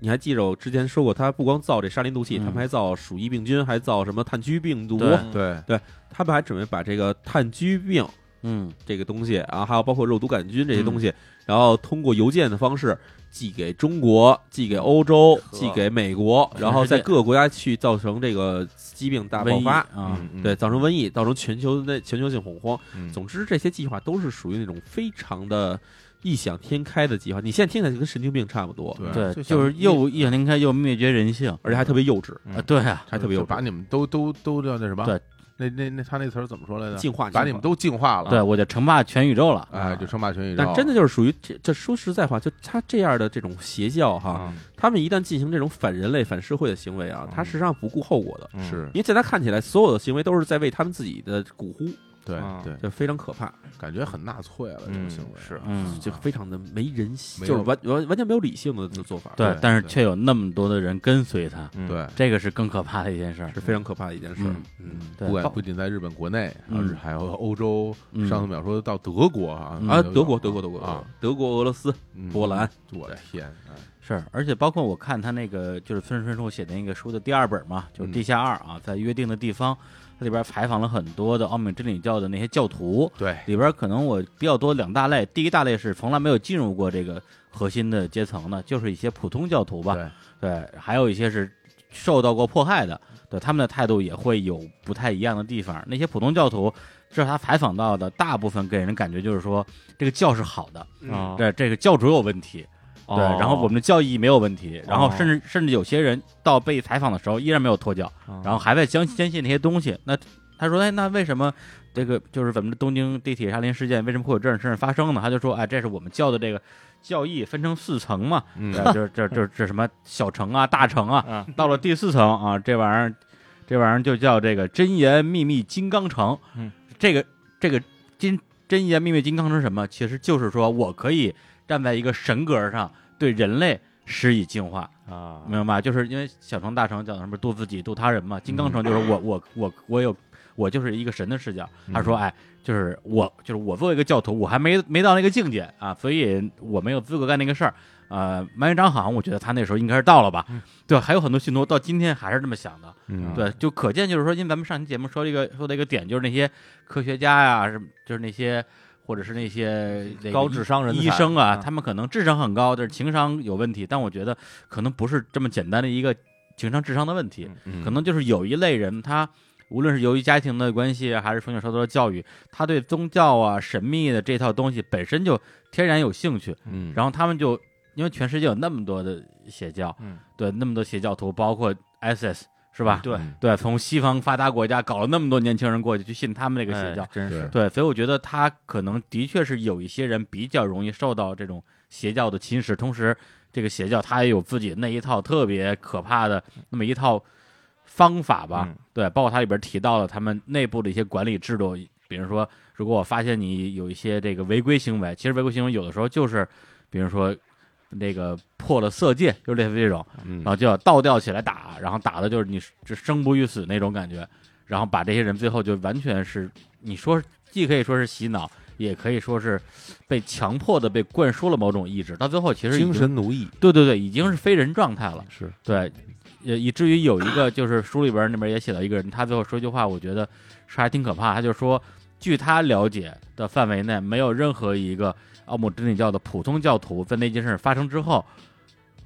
你还记着我之前说过，他不光造这沙林毒气，他嗯们还造鼠疫病菌，还造什么炭疽病毒，嗯对对，他们还准备把这个炭疽病嗯，这个东西，然后还有包括肉毒杆菌这些东西，然后通过邮件的方式寄给中国、寄给欧洲、呵寄给美国，然后在各个国家去造成这个疾病大爆瘟疫发。啊，嗯对，，造成瘟疫，造成全球的全球性恐慌。嗯总之，这些计划都是属于那种非常的异想天开的计划。你现在听起来就跟神经病差不多，对对，就想就是又异想天开，又灭绝人性而且还特别幼稚，嗯啊，对啊，还特别就幼把稚，你们都都都叫那什么？对，那那那他那词儿怎么说来着？净化把你净们。化都净化了。对，我就称霸全宇宙了，嗯哎，就称霸全宇宙。但真的就是属于这这说实在话，就他这样的这种邪教哈，啊他们一旦进行这种反人类、反社会的行为嗯啊，他实际上不顾后果的，嗯是因为在他看起来，所有的行为都是在为他们自己的古呼，对啊对，这非常可怕，感觉很纳粹了，这种嗯行为是嗯，就非常的没人性，没就是有完完完全没有理性的做法，对对，但是对却有那么多的人跟随他，嗯对，这个是更可怕的一件事儿。是非常可怕的一件事。嗯嗯对不，管不仅在日本国内，还有嗯还有欧洲，嗯上次秒说到德国啊嗯啊，都有德国，德国，德国啊，德国、俄罗斯、嗯波兰，我的天，哎是，而且包括我看他那个就是村上春树写的那个书的第二本嘛，就是《地下二》啊，在约定的地方，它里边采访了很多的奥美真理教的那些教徒，对，里边可能我比较多两大类，第一大类是从来没有进入过这个核心的阶层的，就是一些普通教徒吧，对对，还有一些是受到过迫害的，对他们的态度也会有不太一样的地方。那些普通教徒，这是他采访到的，大部分给人感觉就是说这个教是好的，啊对这个教主有问题，对，哦然后我们的教义没有问题，然后哦甚至甚至有些人到被采访的时候依然没有脱教，啊然后还在相坚信那些东西，那他说：“哎，那为什么这个就是咱们东京地铁沙林事件为什么会有这种事儿发生呢？”他就说：“哎，这是我们教的这个教义分成四层嘛，呃嗯这这这这这什么小城啊、大城啊，嗯到了第四层啊，这玩意儿这玩意儿就叫这个真言秘密金刚城。嗯，这个这个金真言秘密金刚城是什么？其实就是说我可以站在一个神格上对人类施以净化。啊明白吧？就是因为小成大成讲什么度自己度他人嘛，金刚城就是我我我我有我就是一个神的视角。他说，哎，就是我就是我作为一个教徒，我还没没到那个境界啊，所以我没有资格干那个事儿。呃，鳗鱼长好像我觉得他那时候应该是到了吧，对，还有很多信徒到今天还是这么想的，嗯对，就可见就是说，因为咱们上期节目说这个说的一个点，就是那些科学家呀、什么就是那些或者是那些那个高智商人才医生啊，嗯他们可能智商很高，但是情商有问题。但我觉得可能不是这么简单的一个情商智商的问题，嗯可能就是有一类人，他无论是由于家庭的关系，啊还是从小受到的教育，他对宗教啊、神秘的这套东西本身就天然有兴趣，嗯然后他们就因为全世界有那么多的邪教，嗯，对，那么多邪教徒，包括 ISIS 是吧？对，嗯对，从西方发达国家搞了那么多年轻人过去去信他们这个邪哎教，真是对，所以我觉得他可能的确是有一些人比较容易受到这种邪教的侵蚀，同时这个邪教他也有自己那一套特别可怕的那么一套方法吧，嗯对，包括它里边提到了他们内部的一些管理制度，比如说如果我发现你有一些这个违规行为，其实违规行为有的时候就是，比如说。那个破了色戒，就类似这种，嗯然后就要倒吊起来打，然后打的就是你就生不欲死那种感觉，然后把这些人最后就完全是你说既可以说是洗脑，也可以说是被强迫的被灌输了某种意志，到最后其实已经精神奴役对对对，已经是非人状态了，是对，也以至于有一个就是书里边那边也写到一个人，他最后说一句话，我觉得是还挺可怕，他就说。据他了解的范围内，没有任何一个呃奥姆真理教的普通教徒在那件事发生之后，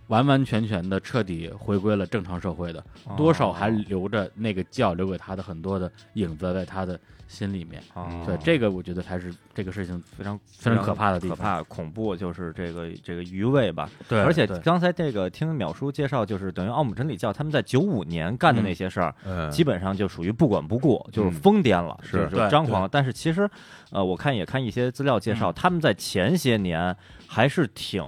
完完全全的彻底回归了正常社会的。多少还留着那个教留给他的很多的影子在他的心里面。啊，嗯对，这个我觉得才是这个事情非常非常可怕的地可方。怕恐怖，就是这个这个余味吧。对，而且对刚才这个听淼叔介绍，就是等于奥姆真理教他们在九五年干的那些事儿，嗯基本上就属于不管不顾，就是嗯疯癫了，是就是对嗯张狂了。但是其实，呃，我看也看一些资料介绍，他们在前些年还是挺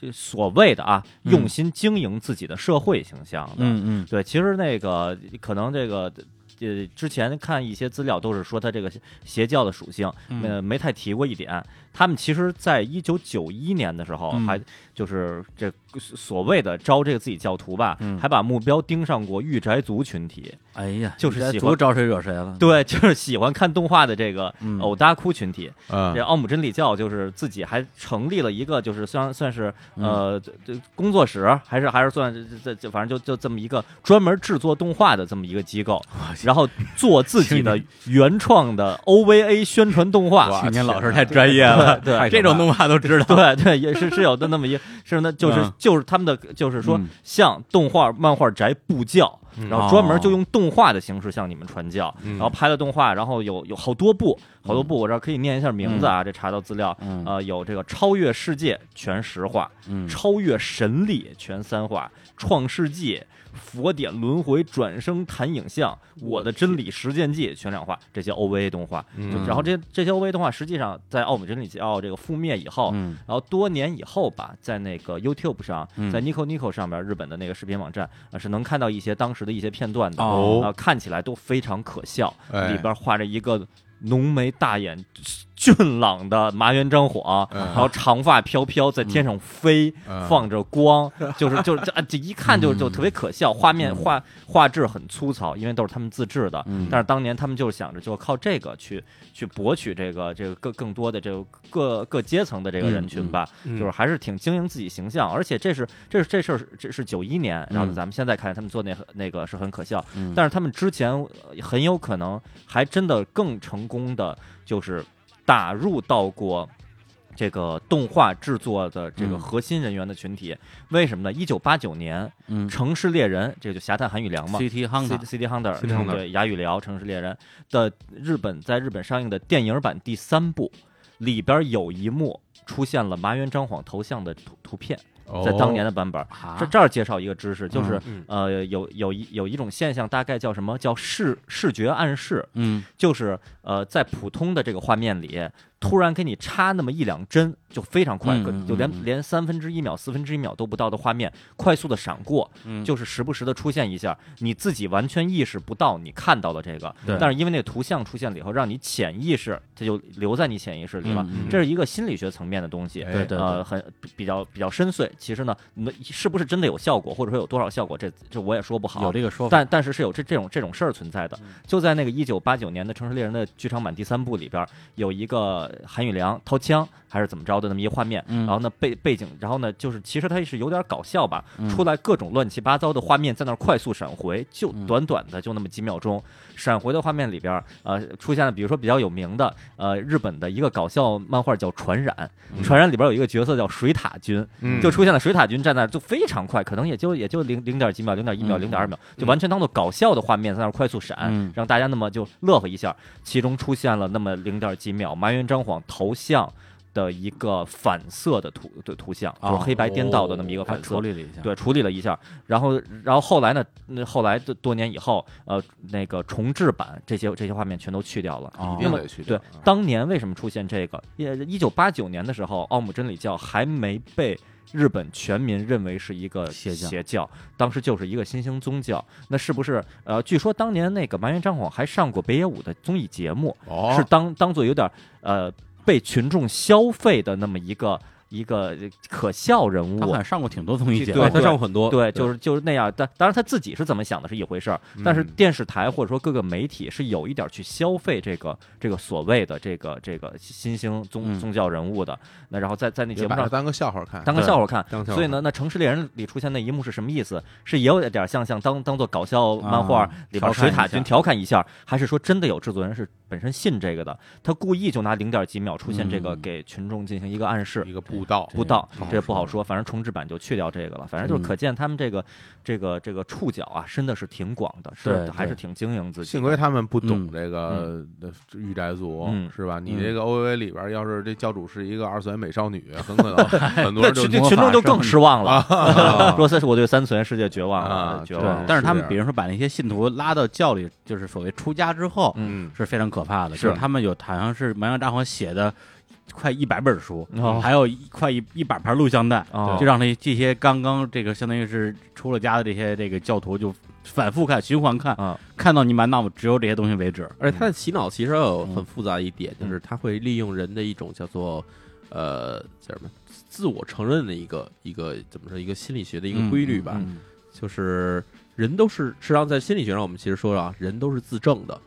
就所谓的啊，嗯用心经营自己的社会形象的。嗯嗯对，其实那个可能这个。呃，之前看一些资料都是说他这个邪教的属性，嗯呃，没太提过一点。他们其实，在一九九一年的时候，嗯还就是这所谓的招这个自己教徒吧，嗯还把目标盯上过御宅族群体。哎呀，就是你在喜多欢招谁惹谁了？对，就是喜欢看动画的这个嗯偶大哭群体。啊这奥姆真理教就是自己还成立了一个，就是算算是嗯呃这这工作室，还是还是算这这这，反正就就这么一个专门制作动画的这么一个机构，然后做自己的原创的 OVA 宣传动画。青年老师太专业了，对对这种动画都知道。对对，也是是有的那么一，是那就是嗯就是他们的就是说嗯向动画漫画宅布教，然后专门就哦用动画的形式向你们传教，嗯然后拍了动画，然后有有好多部好多部，我这儿可以念一下名字啊，这查到资料，嗯呃，有这个超越世界全十话，嗯超越神力全三话，创世纪。佛典轮回转生谈影像，我的真理实践记全两话，这些 OVA 动画，嗯就然后这这些 OVA 动画实际上在奥姆真理教这个覆灭以后，嗯然后多年以后吧，在那个 YouTube 上，嗯在 Nico Nico 上面，日本的那个视频网站啊、呃是能看到一些当时的一些片段的，啊、哦看起来都非常可笑。哎里边画着一个浓眉大眼、俊朗的麻原彰晃，嗯然后长发飘飘在天上飞，嗯放 着光，就是就是这啊这一看就就特别可笑，画嗯面画画质很粗糙，因为都是他们自制的。嗯但是当年他们就是想着，就靠这个去去博取这个这个更更多的这个各各阶层的这个人群吧，嗯嗯就是还是挺经营自己形象，而且这是这是这事儿是这是九一年，然后嗯咱们现在看他们做那那个是很可笑，嗯但是他们之前呃很有可能还真的更成功的就是打入到过。这个动画制作的这个嗯核心人员的群体，为什么呢？一九八九年，嗯《城市猎人》这个就侠探韩语良嘛， ，CT C Hunter， C D Hunter， CD Hunter 对《哑语聊》《城市猎人》的日本在日本上映的电影版第三部里边有一幕出现了麻原彰晃头像的图图片，哦在当年的版本。啊这这儿介绍一个知识，就是、嗯呃，有有一有一种现象，大概叫什么叫视视觉暗示，嗯就是呃，在普通的这个画面里，突然给你插那么一两帧，就非常快，嗯可嗯就嗯连连三分之一秒、四分之一秒都不到的画面，快速的闪过，嗯就是时不时的出现一下，你自己完全意识不到你看到的这个，对但是因为那个图像出现了以后，让你潜意识，它就留在你潜意识里了。嗯嗯这是一个心理学层面的东西，哎对对呃，很比比较比较深邃。其实呢，没是不是真的有效果，或者说有多少效果，这这我也说不好。有这嗯个说法，但但是是有这这种这种事儿存在的。就在那个一九八九年的《城市猎人》的剧场版第三部里边儿，有一个韩宇良掏枪还是怎么着的那么一个画面，嗯然后呢背背景，然后呢就是其实它是有点搞笑吧，嗯出来各种乱七八糟的画面在那儿快速闪回，就嗯短短的就那么几秒钟，闪回的画面里边儿，呃，出现了比如说比较有名的呃日本的一个搞笑漫画叫《传染》，嗯传染》里边有一个角色叫水獭君，嗯就出现了水獭君站那儿就非常快，可能也就也就零零点几秒、零点一秒、嗯零点二秒，就完全当做搞笑的画面在那儿快速闪，嗯让大家那么就乐呵一下。其中出现了那么零点几秒麻原彰晃头像的一个反射的图的图像，就哦是黑白颠倒的那么一个还反射处。理了一下，对，处理了一下，然后，然后后来呢？那后来多多年以后，呃，那个重置版这些这些画面全都去掉了。哦，一定得去对，当年为什么出现这个？也一九八九年的时候，奥姆真理教还没被日本全民认为是一个邪教邪教，当时就是一个新兴宗教。那是不是？呃，据说当年那个麻原彰晃还上过北野武的综艺节目，哦，是当当做有点呃被群众消费的那么一个一个呃可笑人他好物。啊像上过挺多综艺节目哎对对，他上过很多，哦对，就是就是那样。但当然他自己是怎么想的是一回事儿，嗯但是电视台或者说各个媒体是有一点去消费这个这个所谓的这个这个新兴宗嗯宗教人物的。那然后在在那节也目把它上当个笑话看，当个对笑话看。当下所以呢，那《城市猎人》里出现那一幕是什么意思？是也有点像像当当做搞笑漫画啊里调边水侃一獭君下调侃一下，还是说真的有制作人是本身信这个的？他故意就拿零点几秒出现这个嗯给群众进行一个暗示一。个布道，不到不好，这不好说说。反正重置版就去掉这个了，反正嗯就是可见他们这个、这个这个触角啊，伸的是挺广的，对是还是对挺经营自己的。幸亏他们不懂嗯这个呃御宅族，嗯是吧？你嗯这个 O A 里边，要是这教主是一个二次元美少女，很可能很多那人就群魔群法众就生更失望了。啊 说这是我对三次元世界绝望了，啊绝对望了。但是他是们比如说把那些信徒拉到教里，就是所谓出家之后，嗯，是非常可怕的。是就是他们有好像是麻阳大黄写的快一百本书，哦还有一快一一百盘录像带，哦就让那这些刚刚这个相当于是出了家的这些这个教徒就反复看、循环看，啊看到你满脑子只有这些东西为止。而且他的洗脑其实还有很复杂一点，嗯就是他会利用人的一种叫做呃叫什么自我承认的一个一个怎么说一个心理学的一个规律吧，嗯就是人都是实际上在心理学上我们其实说了啊，人都是自证的。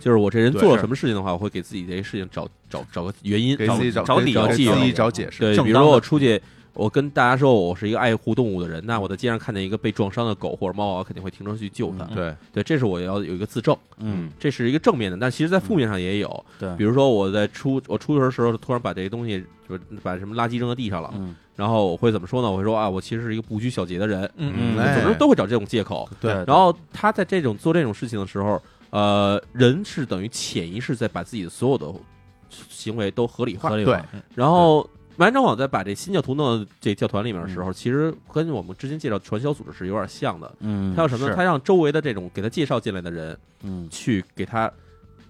就是我这人做了什么事情的话，我会给自己这些事情找找找个原因，给自己找找给理由，给借口自己找解释，对，正比如当说的我出去，我跟大家说我是一个爱护动物的人，那我在街上看见一个被撞伤的狗或者猫，啊我肯定会停车去救它。嗯对，对，这是我要有一个自证，嗯，这是一个正面的，但其实在负面上也有。对，比如说我在出我出去的时候，突然把这些东西就是把什么垃圾扔到地上了，嗯，然后我会怎么说呢？我会说啊，我其实是一个不拘小节的人，嗯总哎之都会找这种借口。对然后他在这种做这种事情的时候，呃，人是等于潜意识在把自己的所有的行为都合理化合。理对化然后完长网在把这新教徒弄到这教团里面的时候，其实跟我们之前介绍传销组织是有点像的。嗯，他要什么呢？是他让周围的这种给他介绍进来的人嗯去给他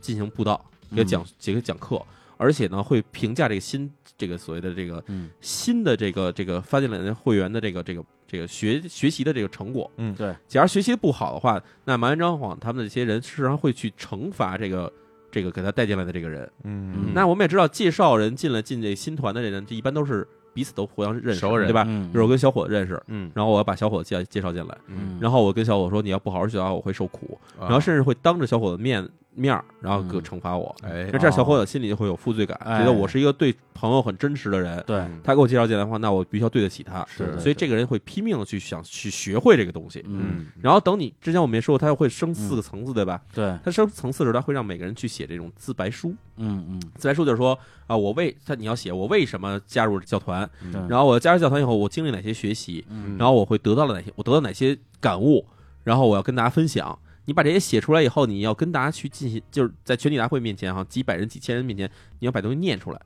进行布道，给他讲给他讲课，而且呢会评价这个新这个所谓的这个嗯新的这个这个发进来的会员的这个这个这个学学习的这个成果。嗯对，假如学习不好的话，那麻原彰晃他们的这些人事实上会去惩罚这个这个给他带进来的这个人。嗯那我们也知道，介绍人进来进这新团的这人，这一般都是彼此都互相认识，熟人对吧？嗯比如我跟小伙子认识，嗯然后我要把小伙子介介绍进来，嗯，然后我跟小伙子说你要不好好学啊，我会受苦，然后甚至会当着小伙子面面儿，然后给嗯哦惩罚我。哎那这样小伙子心里就会有负罪感，哎觉得我是一个对朋友很真实的人。对，嗯他给我介绍进来的话，那我必须要对得起他。是的所以这个人会拼命的去想去学会这个东西。嗯然后等你之前我们也说过，他会升四个层次，对吧？对，他升层次的时候，他会让每个人去写这种自白书。嗯嗯自白书就是说啊，我为他你要写我为什么加入教团，对然后我加入教团以后我经历哪些学习，嗯然后我会得到了哪些我得到哪些感悟，然后我要跟大家分享。你把这些写出来以后，你要跟大家去进行，就是在全体大会面前哈，几百人、几千人面前，你要把东西念出来。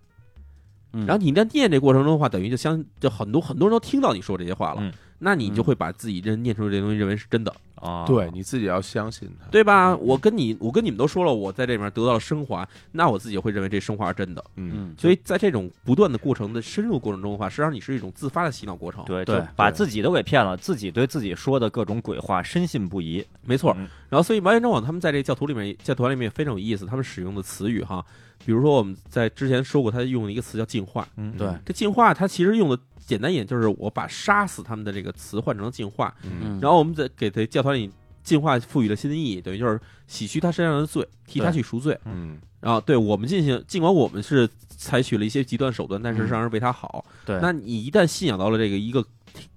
嗯然后你在念这过程中的话，等于就相就很多很多人都听到你说这些话了，嗯那你就会把自己认念出这东西认为是真的，啊，对，你自己要相信他。对吧？我跟你我跟你们都说了，我在这里面得到了升华，那我自己会认为这升华是真的。嗯，嗯，所以在这种不断的过程的深入过程中的话，实际上你是一种自发的洗脑过程。，对对就把对自己都给骗了，自己对自己说的各种鬼话深信不疑。没错。嗯然后，所以完颜张网他们在这个教徒里面教团里面也非常有意思，他们使用的词语哈，比如说我们在之前说过，他用了一个词叫净化，嗯，对，这净化它其实用的简单一点，就是我把杀死他们的这个词换成净化，嗯，然后我们再给这教团里净化赋予了新的意义，等于就是洗去他身上的罪，替他对去赎罪。嗯，然啊后对我们进行，尽管我们是采取了一些极端手段，但是实际上是为他好。嗯对，那你一旦信仰到了这个一个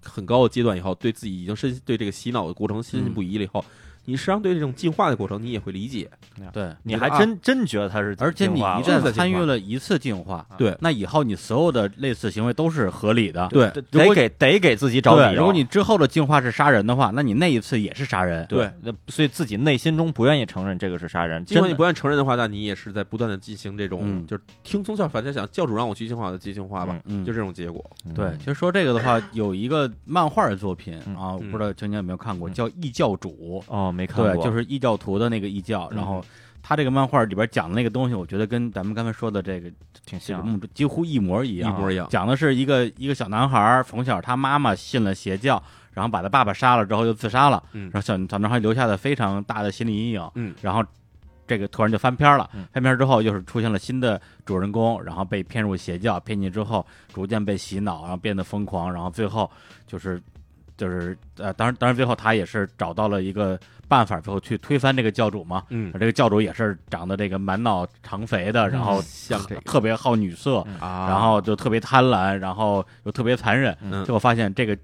很高的阶段以后，对自己已经深对这个洗脑的过程深嗯信不疑了以后，你实际上对这种进化的过程你也会理解。对，啊你还真真觉得他是进化了，而且你一就是在进旦参与化了一次进化，对那以后你所有的类似行为都是合理的。对得如得果给得给自己找对理由。如果你之后的进化是杀人的话，那你那一次也是杀人。对，那所以自己内心中不愿意承认这个是杀人，尽真管你的不愿意承认的话，那你也是在不断的进行这种，嗯就是听从教反正想教主让我去进化我就去进化吧，嗯，就这种结果。对，其实说这个的话，有一个漫画的作品嗯啊，我嗯不知道青年有没有看过，嗯叫《异教主》。哦，没看过，对，就是异教徒的那个异教。然后他这个漫画里边讲的那个东西，我觉得跟咱们刚才说的这个这挺个像。目几乎一模一样。一模一样讲的是一个一个小男孩儿从小他妈妈信了邪教，然后把他爸爸杀了之后又自杀了，嗯然后小小男孩留下了非常大的心理阴影。嗯，然后。这个突然就翻篇了嗯，翻篇之后又是出现了新的主人公，然后被骗入邪教，骗进之后逐渐被洗脑，然后变得疯狂，然后最后就是就是呃，当然当然最后他也是找到了一个办法，最后去推翻这个教主嘛。嗯这个教主也是长得这个满脑长肥的，然后像这个特别好女色，啊 然后就特别贪婪，然后又特别残忍。嗯最后发现这个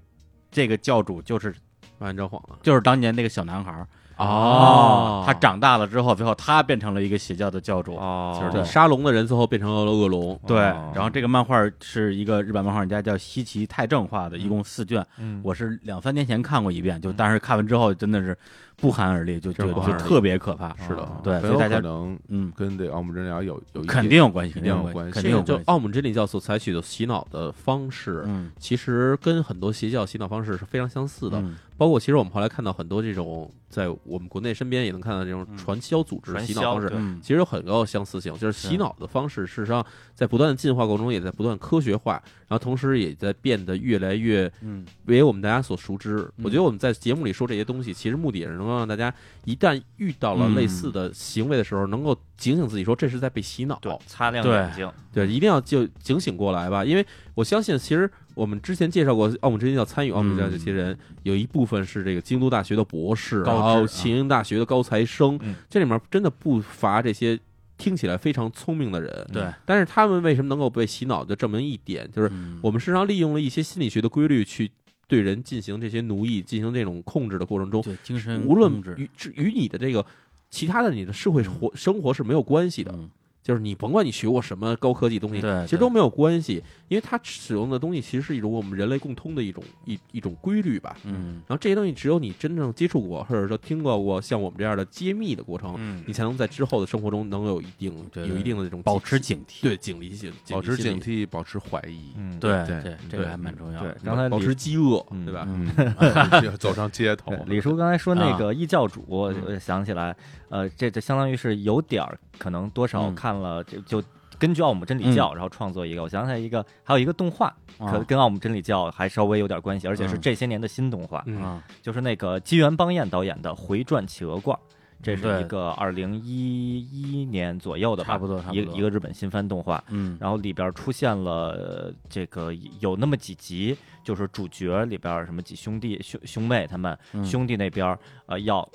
这个教主就是完张谎了就是当年那个小男孩儿嗯哦他长大了之后，最后他变成了一个邪教的教主。哦，就是对杀龙的人最后变成了恶龙，对，哦然后这个漫画是一个日本漫画家叫西崎太正画的，一共四卷，嗯我是两三年前看过一遍，就但是看完之后真的是不寒而栗，就觉真得嗯不就寒而栗特别可怕。是的，啊对很所以有大家可能嗯，跟这个奥姆真聊有有一肯定定有关系，肯一定定有有关系，关系肯这定有个就关系。奥姆真理教所采取的洗脑的方式。嗯，其实跟很多邪教洗脑方式是非常相似的，嗯包括其实我们后来看到很多这种在我们国内身边也能看到这种传销组织的传洗脑销方式，对嗯其实有很高的相似性，就是洗是脑的方式事实上在不断的进化过程中也在不断科学化，然后同时也在变得越来越嗯为我们大家所熟知。嗯我觉得我们在节目里说这些东西，其实目的也是能让大家一旦遇到嗯了类似的行为的时候，能够警醒自己说这是在被洗脑。对，擦亮对眼睛，对，一定要就警醒过来吧，因为我相信，其实我们之前介绍过奥姆真教参与奥姆真嗯教这些人，有一部分是这个京都大学的博士，高知然后庆应大学的高材生，嗯这里面真的不乏这些听起来非常聪明的人。对，但是他们为什么能够被洗脑，就证明一点，就是嗯嗯我们时常利用了一些心理学的规律去对人进行这些奴役、进行这种控制的过程中，对精神无论控制与与你的这个其他的你的社会活生活是没有关系的。嗯就是你甭管你学过什么高科技东西，对其实哎对都没有关系，因为它使用的东西其实是一种我们人类共通的一种一一种规律吧。嗯然后这些东西只有你真正接触过，或者说听到过像我们这样的揭秘的过程，嗯你才能在之后的生活中能有一定对对有一定的这种保持警惕。对警惕性，保持警惕，惕，保持怀疑，嗯，对对对，这对个还蛮重要对嗯的。，刚才保李持饥饿，嗯对吧？嗯，啊要走上街头对。李叔刚才说那啊个异教主，我我想起来，呃，这这相当于是有点儿可能多少嗯看了，就就根据奥姆真理教，然后创作一个。我想起来一个，还有一个动画，可啊跟奥姆真理教还稍微有点关系，而且是嗯这些年的新动画，嗯啊，就是那个金元邦彦导演的《回转企鹅罐》。这是对一个二零一一年左右的吧，差不多差不一个多一个日本新番动画。嗯然后里边出现了呃这个有那么几集，就是主角里边什么几兄弟兄兄妹他们、嗯兄弟那边呃要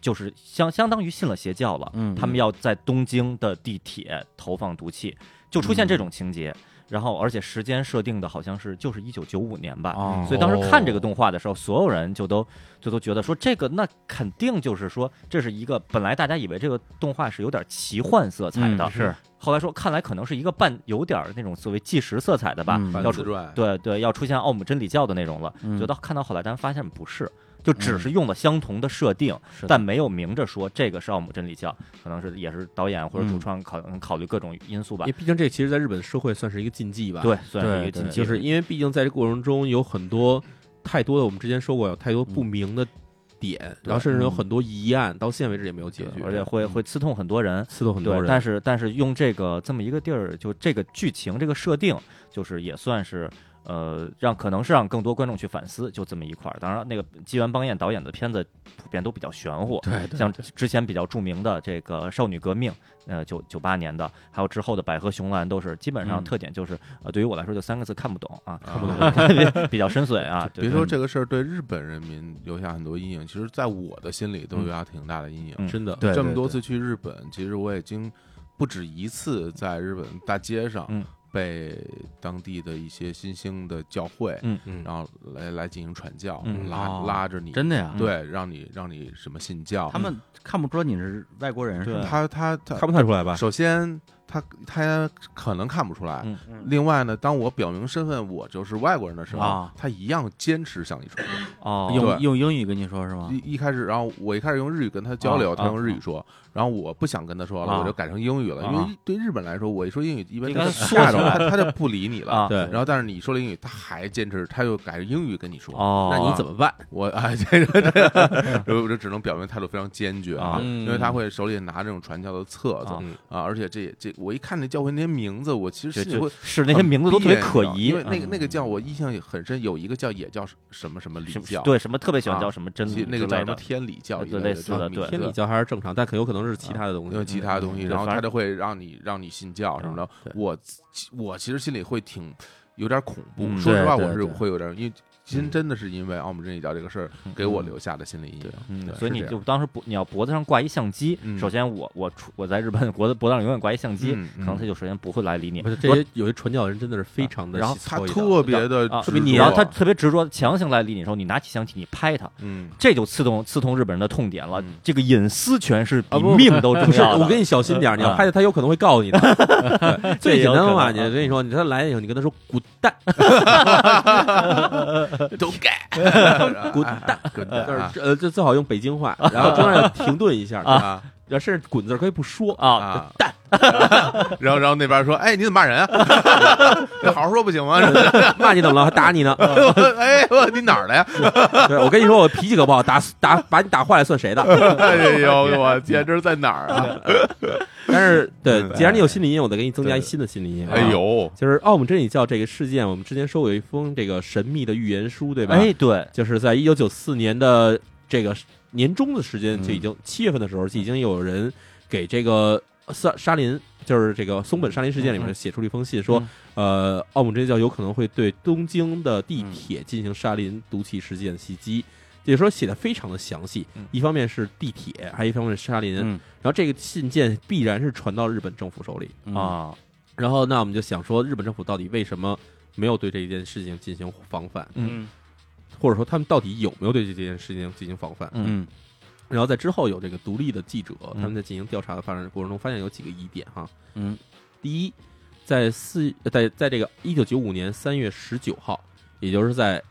就是相相当于信了邪教了，嗯他们要在东京的地铁投放毒气，就出现嗯这种情节。然后，而且时间设定的好像是就是一九九五年吧，哦所以当时看这个动画的时候，所有人就都就都觉得说这个那肯定就是说这是一个本来大家以为这个动画是有点奇幻色彩的，嗯是后来说，看来可能是一个半有点儿那种所谓纪实色彩的吧，嗯半要自出传，对对要出现奥姆真理教的那种了。嗯觉得看到后来，但发现不是，就只是用了相同的设定，是的但没有明着说这个是奥姆真理教，可能是也是导演或者主嗯创考考虑各种因素吧因为。毕竟这其实，在日本社会算是一个禁忌吧。对，，算是一对个禁对忌，就是因为毕竟在这过程中有很多太多的，我们之前说过有太多不明的点，然后甚至有很多疑案，到现在为止也没有解决，嗯而且会会刺痛很多人。刺痛很多对人。，但是但是用这个这么一个地儿，就这个剧情这个设定，就是也算是呃，让可能是让更多观众去反思，就这么一块儿。当然，那个纪元邦彦导演的片子普遍都比较玄乎，对对像之前比较著名的这个《少女革命》，呃，九九八年的，还有之后的《百合雄兰》，都是基本上嗯特点就是，呃，对于我来说就三个字看不懂啊，看不懂，比较深邃啊。对别说这个事儿对日本人民留下很多阴影，其实在我的心里都嗯留下挺大的阴影。嗯真的，对这么多对次去日本，其实我已经不止一次在日本大街上嗯被当地的一些新兴的教会，嗯嗯然后来来进行传教，嗯拉哦拉着你，真的呀，对，让你让你什么信教，他们看不出来你是外国人，是对吧？他他他看不太出来吧？首先，他他可能看不出来。嗯另外呢，当我表明身份我就是外国人的时候，啊他一样坚持向你传教。哦，用对用英语跟你说是吗？一一开始，然后我一开始用日语跟他交流，啊他用日语说，然后我不想跟他说了，啊我就改成英语了，啊因为对日本来说，我一说英语一般应他该就缩吓起着了，来他他就不理你了。啊对，然后但是你说了英语，他还坚持，他又改成英语跟你说。哦，那你怎么办？ 我啊，这个这个，我就只能表明态度非常坚决啊嗯因为他会手里拿这种传教的册子啊啊，而且这也这我一看那教会那些名字，我其实心就里会就。是那些名字都特别可疑，因为那个嗯那个教我印象也很深，有一个教也叫什么什么礼什教，么，对什么特别喜欢啊叫什么真理那个嗯之叫类什么的，天理教一对类类似的这种对天理名字教还是正常，但可有可能是其他的东有西。其他的东西，嗯然后反他正就会让你让你信教什么的。嗯对我我其实心里会挺有点恐怖，嗯说实话，对我对是对会有点，因为真真的是因为奥姆真理教这个事儿嗯给我留下的心理阴影对。嗯对，所以是你这就当时脖你要脖子上挂一相机，嗯首先我我出我在日本 脖子脖子上永远挂一相机，嗯可能他就首先不会来理你不。是这些有些传教的人真的是非常的然后细他操一刀，特别的啊执特别你着然后他特别执着，强行来理你的时候，你拿起相机你拍他， 嗯，这就刺痛刺痛日本人的痛点了嗯。这个隐私权是比啊不命都不重是，要我的。跟你小心点儿，你要啊拍的他有可能会告你的。对最也简有单的可话，你能啊跟你说，你他来以后，你跟他说滚蛋，都 改，滚蛋，滚蛋就啊是呃，就最好用北京话，然后中间要停顿一下，啊啊然后甚至滚字儿可以不说，啊，啊！蛋， 然后然后那边说，哎，你怎么骂人啊？ 好好说不行吗？ 骂你怎么了？还打你呢？哎，我你哪儿的呀？ 对，我跟你说，我脾气可不好，打打把你打坏了算谁的？哎呦，我天，这是在哪儿啊？但是对嗯，既然你有心理阴影，我再给你增加一对新的心理阴影。哎，呦，就是奥姆真理教这个事件，我们之前说过有一封这个神秘的预言书，对吧？哎，对，就是在一九九四年的这个年中的时间，嗯就已经七月份的时候，就已经有人给这个沙沙林，就是这个松本沙林事件里面写出了一封信，说，呃，奥姆真教有可能会对东京的地铁进行沙林毒气事件的袭击。也就是说写的非常的详细嗯，一方面是地铁，还有一方面是沙林，然嗯后这个信件必然是传到日本政府手里。嗯啊，然后那我们就想说，日本政府到底为什么没有对这件事情进行防范？嗯或者说他们到底有没有对这件事情进行防范？嗯嗯然后在之后有这个独立的记者，他们在进行调查的发展过程中，发现有几个疑点哈。嗯第一，在四在在这个一九九五年三月十九号，也就是在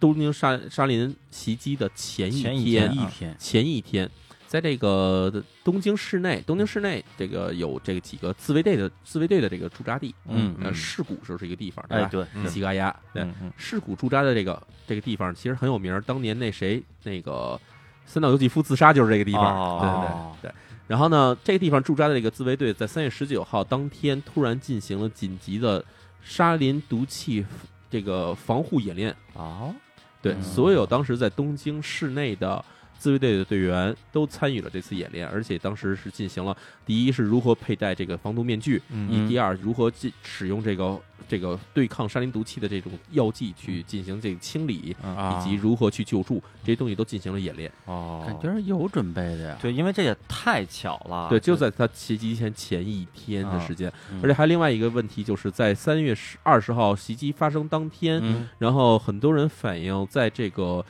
东京沙沙林袭击的前一前一天天一啊天前一天，在这个的东京市内，东京市内这个有这个几个自卫队的自卫队的这个驻扎地，嗯呃，嗯事故就是一个地方，对哎，吧？对，嗯西嘎呀，对，嗯嗯市谷驻扎的这个这个地方其实很有名儿，当年那谁那个三岛由纪夫自杀就是这个地方。哦对对对。哦然后呢，这个地方驻扎的这个自卫队在三月十九号当天突然进行了紧急的沙林毒气这个防护演练。哦，对，嗯所有当时在东京市内的自卫队的队员都参与了这次演练，而且当时是进行了第一是如何佩戴这个防毒面具，嗯以第二如何进使用这个这个对抗沙林毒气的这种药剂去进行这个清理，啊以及如何去救助，这些东西都进行了演练。哦，感觉是有准备的呀，对，因为这也太巧了，对，就在他袭击前前一天的时间，啊嗯而且还有另外一个问题，就是在三月十二十号袭击发生当天，嗯然后很多人反映，在这个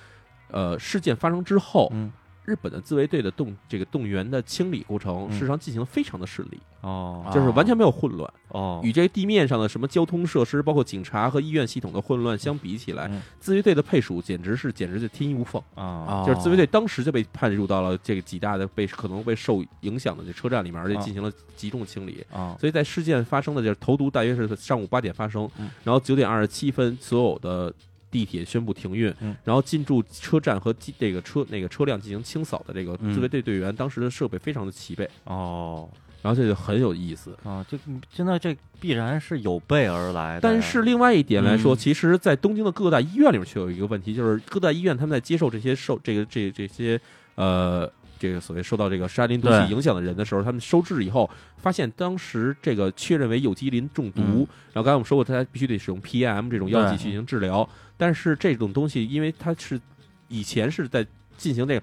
呃事件发生之后，嗯日本的自卫队的动这个动员的清理过程，嗯事实上进行的非常的顺利，啊哦就是完全没有混乱。哦，与这个地面上的什么交通设施，包括警察和医院系统的混乱相比起来，嗯自卫队的配属简直是简直就天衣无缝。啊哦就是自卫队当时就被判入到了这个几大的被可能被受影响的这车站里面，而且啊进行了集中清理。啊所以在事件发生的就是投毒，大约是上午八点发生嗯，然后九点二十七分，所有的地铁宣布停运嗯，然后进驻车站和机这个车那个车辆进行清扫的这个嗯自卫队队员，当时的设备非常的齐备，哦然后这就很有意思。啊，这真的这必然是有备而来的呀，但是另外一点来说，嗯其实，在东京的各大医院里面却有一个问题，就是各大医院他们在接受这些受这个这这些呃这个所谓受到这个沙林毒对气影响的人的时候，他们收治以后，发现当时这个确认为有机磷中毒，嗯然后刚才我们说过，他必须得使用 PM 这种药剂对去进行治疗，但是这种东西因为它是以前是在进行这个。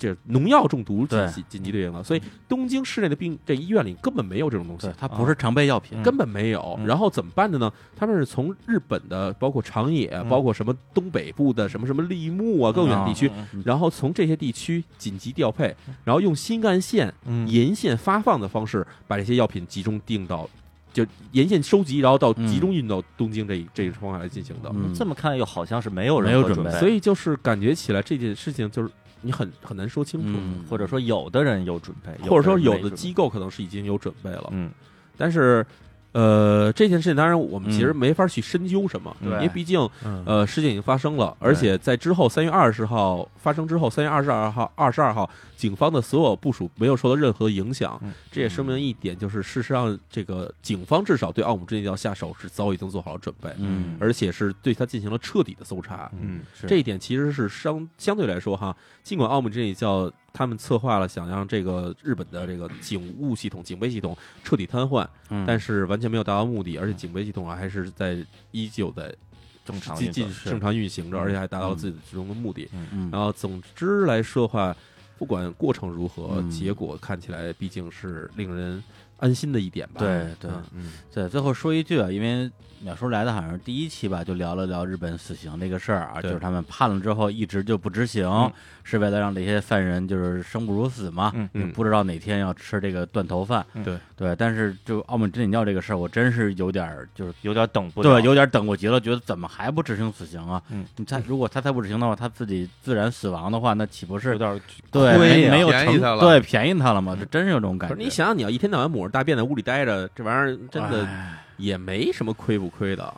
这农药中毒紧对紧紧急对应的，所以东京市内的病这医院里根本没有这种东西对，，它啊不是常备药品嗯，根本没有。嗯然后怎么办的呢？他们是从日本的，包括长野，包括什么东北部的什么什么立木啊，更远的地区，嗯嗯然后从这些地区紧急调配，然后用新干线嗯沿线发放的方式，把这些药品集中定到。就沿线收集，然后到嗯集中运到东京这嗯一、这个方法来进行的，嗯这么看又好像是没有没任有何准准备所以就是感觉起来这件事情就是你很很难说清楚，嗯，或者说有的人有准备，或者说有人没的准备机构可能是已经有准备了，嗯但是，呃，这件事情当然我们其实嗯没法去深究什么，对因为毕竟嗯呃事件已经发生了，而且在之后三月二十号发生之后，三月二十二号二十二号，警方的所有部署没有受到任何影响嗯。这也说明一点，就是事实上这个警方至少对奥姆真理教下手是早已经做好了准备，嗯而且是对他进行了彻底的搜查。嗯是这一点其实是相相对来说哈，尽管奥姆真理教他们策划了想让这个日本的这个警务系统、警备系统彻底瘫痪，嗯但是完全没有达到目的，而且警备系统还是在依旧在正常进运作进是正常运行着，嗯而且还达到自己最终的目的。嗯然后总之来说的话，不管过程如何，嗯结果看起来毕竟是令人安心的一点吧。对对嗯嗯，对，最后说一句啊，因为淼叔来的好像是第一期吧，就聊了聊日本死刑这个事儿啊，就对是他们判了之后一直就不执行，嗯是为了让这些犯人就是生不如死嘛，嗯嗯也不知道哪天要吃这个断头饭。嗯对对，但是就澳门真理教这个事儿，我真是有点儿就是。有点等不了对，有点等过急了，觉得怎么还不执行死刑啊？嗯，他如果他再不执行的话，他自己自然死亡的话，那岂不有是点对亏没呀没有便宜成他了对便宜他了嘛？这真是有这种感可觉。是你想想，你要一天到晚抹着大便在屋里待着，这玩意儿真的哎也没什么亏不亏的。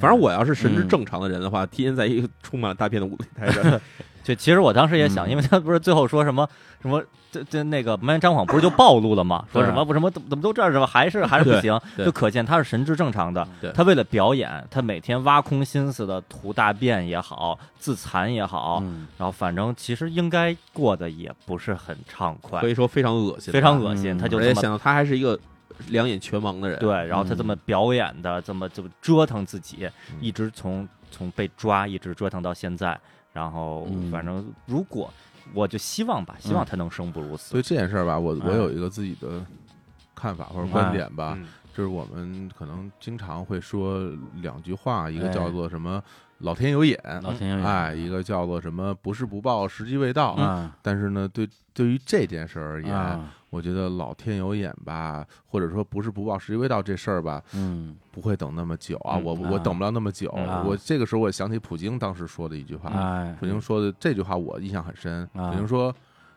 反正我要是神志嗯正常的人的话，天天在一个充满了大便的屋里待 着，就其实我当时也想，嗯因为他不是最后说什么什么，这这那个梅兰张晃不是就暴露了吗？说对什么不什么怎么怎么都这样是吧？还是还是不对行，对就可见他是神志正常的对。他为了表演，他每天挖空心思的涂大便也好，自残也好，嗯然后反正其实应该过得也不是很畅快可，以说非常恶心，非常恶心。嗯他就而这且么想到他还是一个两眼全盲的人，啊对，然后他这么表演的，这么这么折腾自己，一直从从被抓一直折腾到现在。然后嗯，反正如果我就希望吧，希望他能生不如死所以。这件事儿吧，我我啊哎有一个自己的看法或者观点吧，嗯就是我们可能经常会说两句话，一个哎叫做什么“老天有眼”，老天爷哎，一个叫做什么“不是不报，时机未到”啊但是呢，对对于这件事而言，啊我觉得老天有眼吧，或者说不是不报，时机未到这事儿吧，嗯不会等那么久啊，嗯我啊我等不了那么久。嗯啊我这个时候我想起普京当时说的一句话，哎普京说的这句话我印象很深。啊普京说，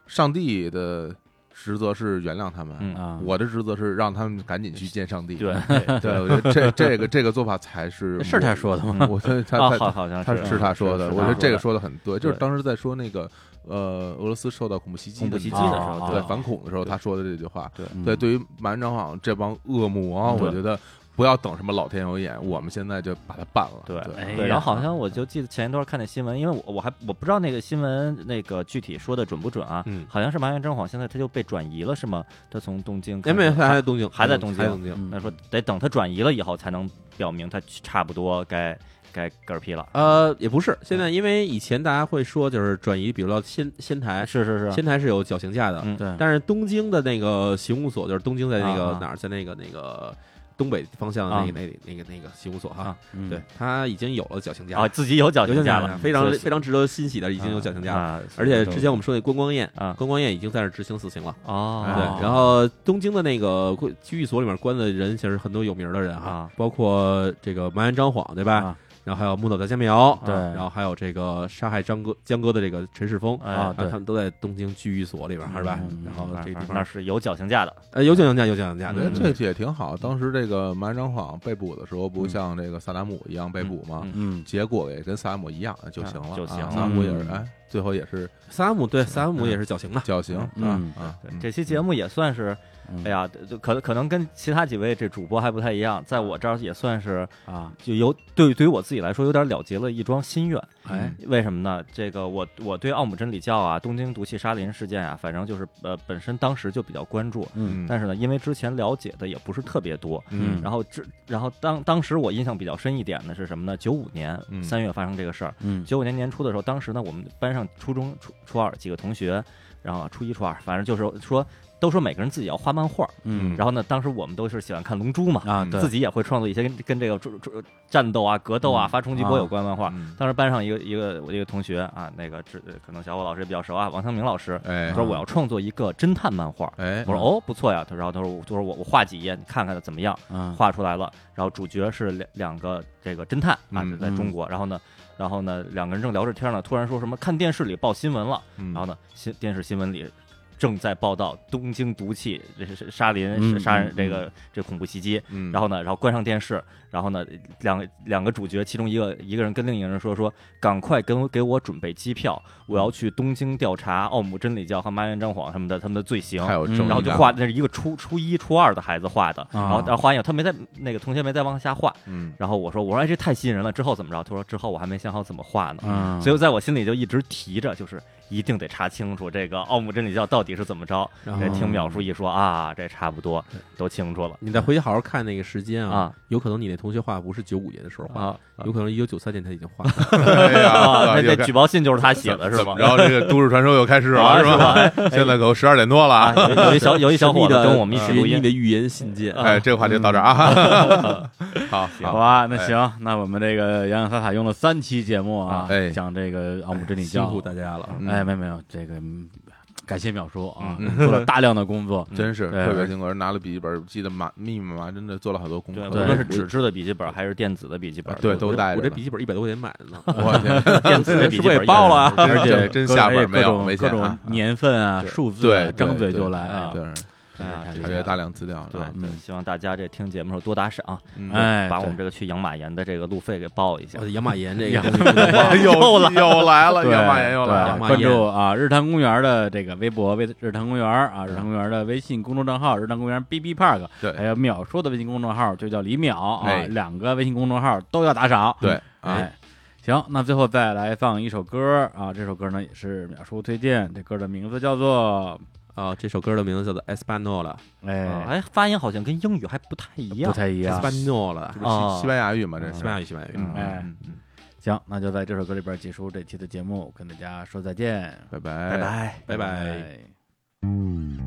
上帝的职责是原谅他们。嗯啊，我的职责是让他们赶紧去见上帝。对， 对，我觉得这这个这个做法才是是他说的吗？我，我觉得他啊，他好，好像他是是他说的，是我觉得他这个说的说的很对，就是对当时在说那个呃俄罗斯受到恐怖袭击恐怖的袭击那的个时啊候，对对，反恐的时候，对他说的这句话，嗯对，对于蛮张晃这帮恶魔，嗯我觉得不要等什么老天有眼，我们现在就把他办了。对哎对，呀然后好像我就记得前一段看那新闻，因为我我还我不知道那个新闻那个具体说的准不准啊，嗯好像是麻原真晃现在他就被转移了是吗？他从东京哎，开始，没有，他还在东京，还在东东京还在东京。嗯那说得等他转移了以后才能表明他差不多该该嗝屁了，呃，也不是，现在因为以前大家会说就是转移，比如到仙仙台，哎是是是，仙台是有绞刑架的，嗯对，但是东京的那个刑务所，就是东京在那个啊啊哪儿，在那个那个东北方向啊那个那那个那个刑务所哈啊，嗯对，他已经有了绞刑架啊，，自己有有脚绞刑架架了，非常是非常值得欣喜的，已经有绞刑架了。啊，而且之前我们说那关光彦，啊关光彦已经在那儿执行死刑了。对哦，，然后东京的那个关拘役所里面关的人，其实很多有名的人哈啊，包括这个麻原彰晃，对吧？啊然后还有木岛大家苗，对然后还有这个杀害张哥江哥的这个陈世峰。哎啊啊，对他们都在东京拘役所里边，是吧嗯？然后这个地那方，是有绞刑架的，呃，有奖有奖有奖有嗯奖，我对觉得对这对个也挺好。当时这个麻原彰晃被捕的时候，不嗯像这个萨达姆一样被捕吗？嗯嗯结果也跟萨达姆一样就行了，啊就行啊了萨达姆也是，嗯哎，最后也是萨姆嗯对萨姆也是绞刑的，绞刑，嗯啊啊，对这期节目也算是，嗯哎呀，就可可能跟其他几位这主播还不太一样，在我这儿也算是啊，就有对对于我自己来说有点了结了一桩心愿。哎，为什么呢？这个我我对奥姆真理教啊、东京毒气杀林事件啊，反正就是呃本身当时就比较关注，嗯但是呢，因为之前了解的也不是特别多，嗯然后之然后当当时我印象比较深一点的是什么呢？九五年嗯三月发生这个事儿，嗯九五年年初的时候，当时呢，我们班上初中初初二几个同学，然后初一初二，反正就是说都说每个人自己要画漫画，嗯然后呢，当时我们都是喜欢看《龙珠》嘛，啊，对自己也会创作一些跟跟这个主主战斗啊、格斗啊、嗯发冲击波有关的漫画。嗯当时班上一个一个我一个同学啊，那个只可能小伙老师也比较熟啊，王强明老师，哎他说我要创作一个侦探漫画。哎我说哦不错呀，他说然后他说我他说我我画几页你看看怎么样，啊，画出来了，然后主角是两两个这个侦探啊嗯，在中国，然后呢，然后呢两个人正聊着天呢，突然说什么看电视里报新闻了，嗯然后呢新电视新闻里正在报道东京毒气这是是沙嗯林杀嗯人这嗯个这恐怖袭击，嗯，然后后呢，然后关上电视，然后呢，两个两个主角，其中一个一个人跟另一个人说说，赶快给我给我准备机票，我要去东京调查奥姆真理教和麻原彰晃他们的他们的罪行。还有嗯正义然后就感画，那是一个初初一、初二的孩子画的，然后啊然后画完以后，他没在那个同学没再往下画。嗯然后我说我说哎这太吸引人了，之后怎么着？他说之后我还没想好怎么画呢。嗯，所以在我心里就一直提着，就是一定得查清楚这个奥姆真理教到底是怎么着。然这后听淼叔一说啊，这差不多都清楚了你再回去好好看那个时间啊啊，有可能你那同学画不是九五年的时候画，啊。有可能一九九三年他已经画了。哎呀 啊，那又那开举报信就是他写的是怎 吗么？着，这个都市传说又开始了啊是是吧吧？现在可十二点多了啊，啊， 有有一小有一小伙子跟我们一起神秘录的神秘音，啊的预言信件，哎，这个话题就到这儿啊。 好，好好，吧，那行，那我们这个洋洋洒洒用了三期节目啊，哎讲这个奥姆真理辛教苦，大家了。嗯哎，没有没有，这个嗯感谢淼叔啊，嗯做了大量的工作，真嗯是对特别辛苦，拿了笔记本，记得满密密麻麻，真的做了好多功对，课。无论是纸质的笔记本还是电子的笔记本，对都带着我呢这笔记本一百多块钱买的 呢， 我 天，电子的笔是不记是本也爆了啊？而且真真各下本哎没有各种没各钱种啊年份啊、数字啊，对，张嘴对就来啊，对，真是啊太这厉查害阅了大量资料，对啊对，希望大家这听节目的时候多打赏，嗯 哎，把我对们这个去养马岩的这个路费给报一下我。的养马岩这个呀东西不能忘哎了，又又来了，对杨马岩又来对了，马关岩注啊日坛公园的这个微博、微日坛公园啊，日坛公园的微信公众账号“日坛公园 B B Park”，对还有淼叔的微信公众号就叫李淼啊哎，两个微信公众号都要打赏。对啊，哎，行，那最后再来放一首歌啊，这首歌呢也是淼叔推荐，这歌的名字叫做 啊，这首歌的名字叫做 Espanola，啊哎哎，发音好像跟英语还不太一不样。太一样。 Espanola，哦这不是西啊西班牙语嘛，这西是，班牙语，西班牙语。嗯哎嗯嗯行，那就在这首歌里边结束这期的节目，跟大家说再见，拜拜拜拜拜。拜。拜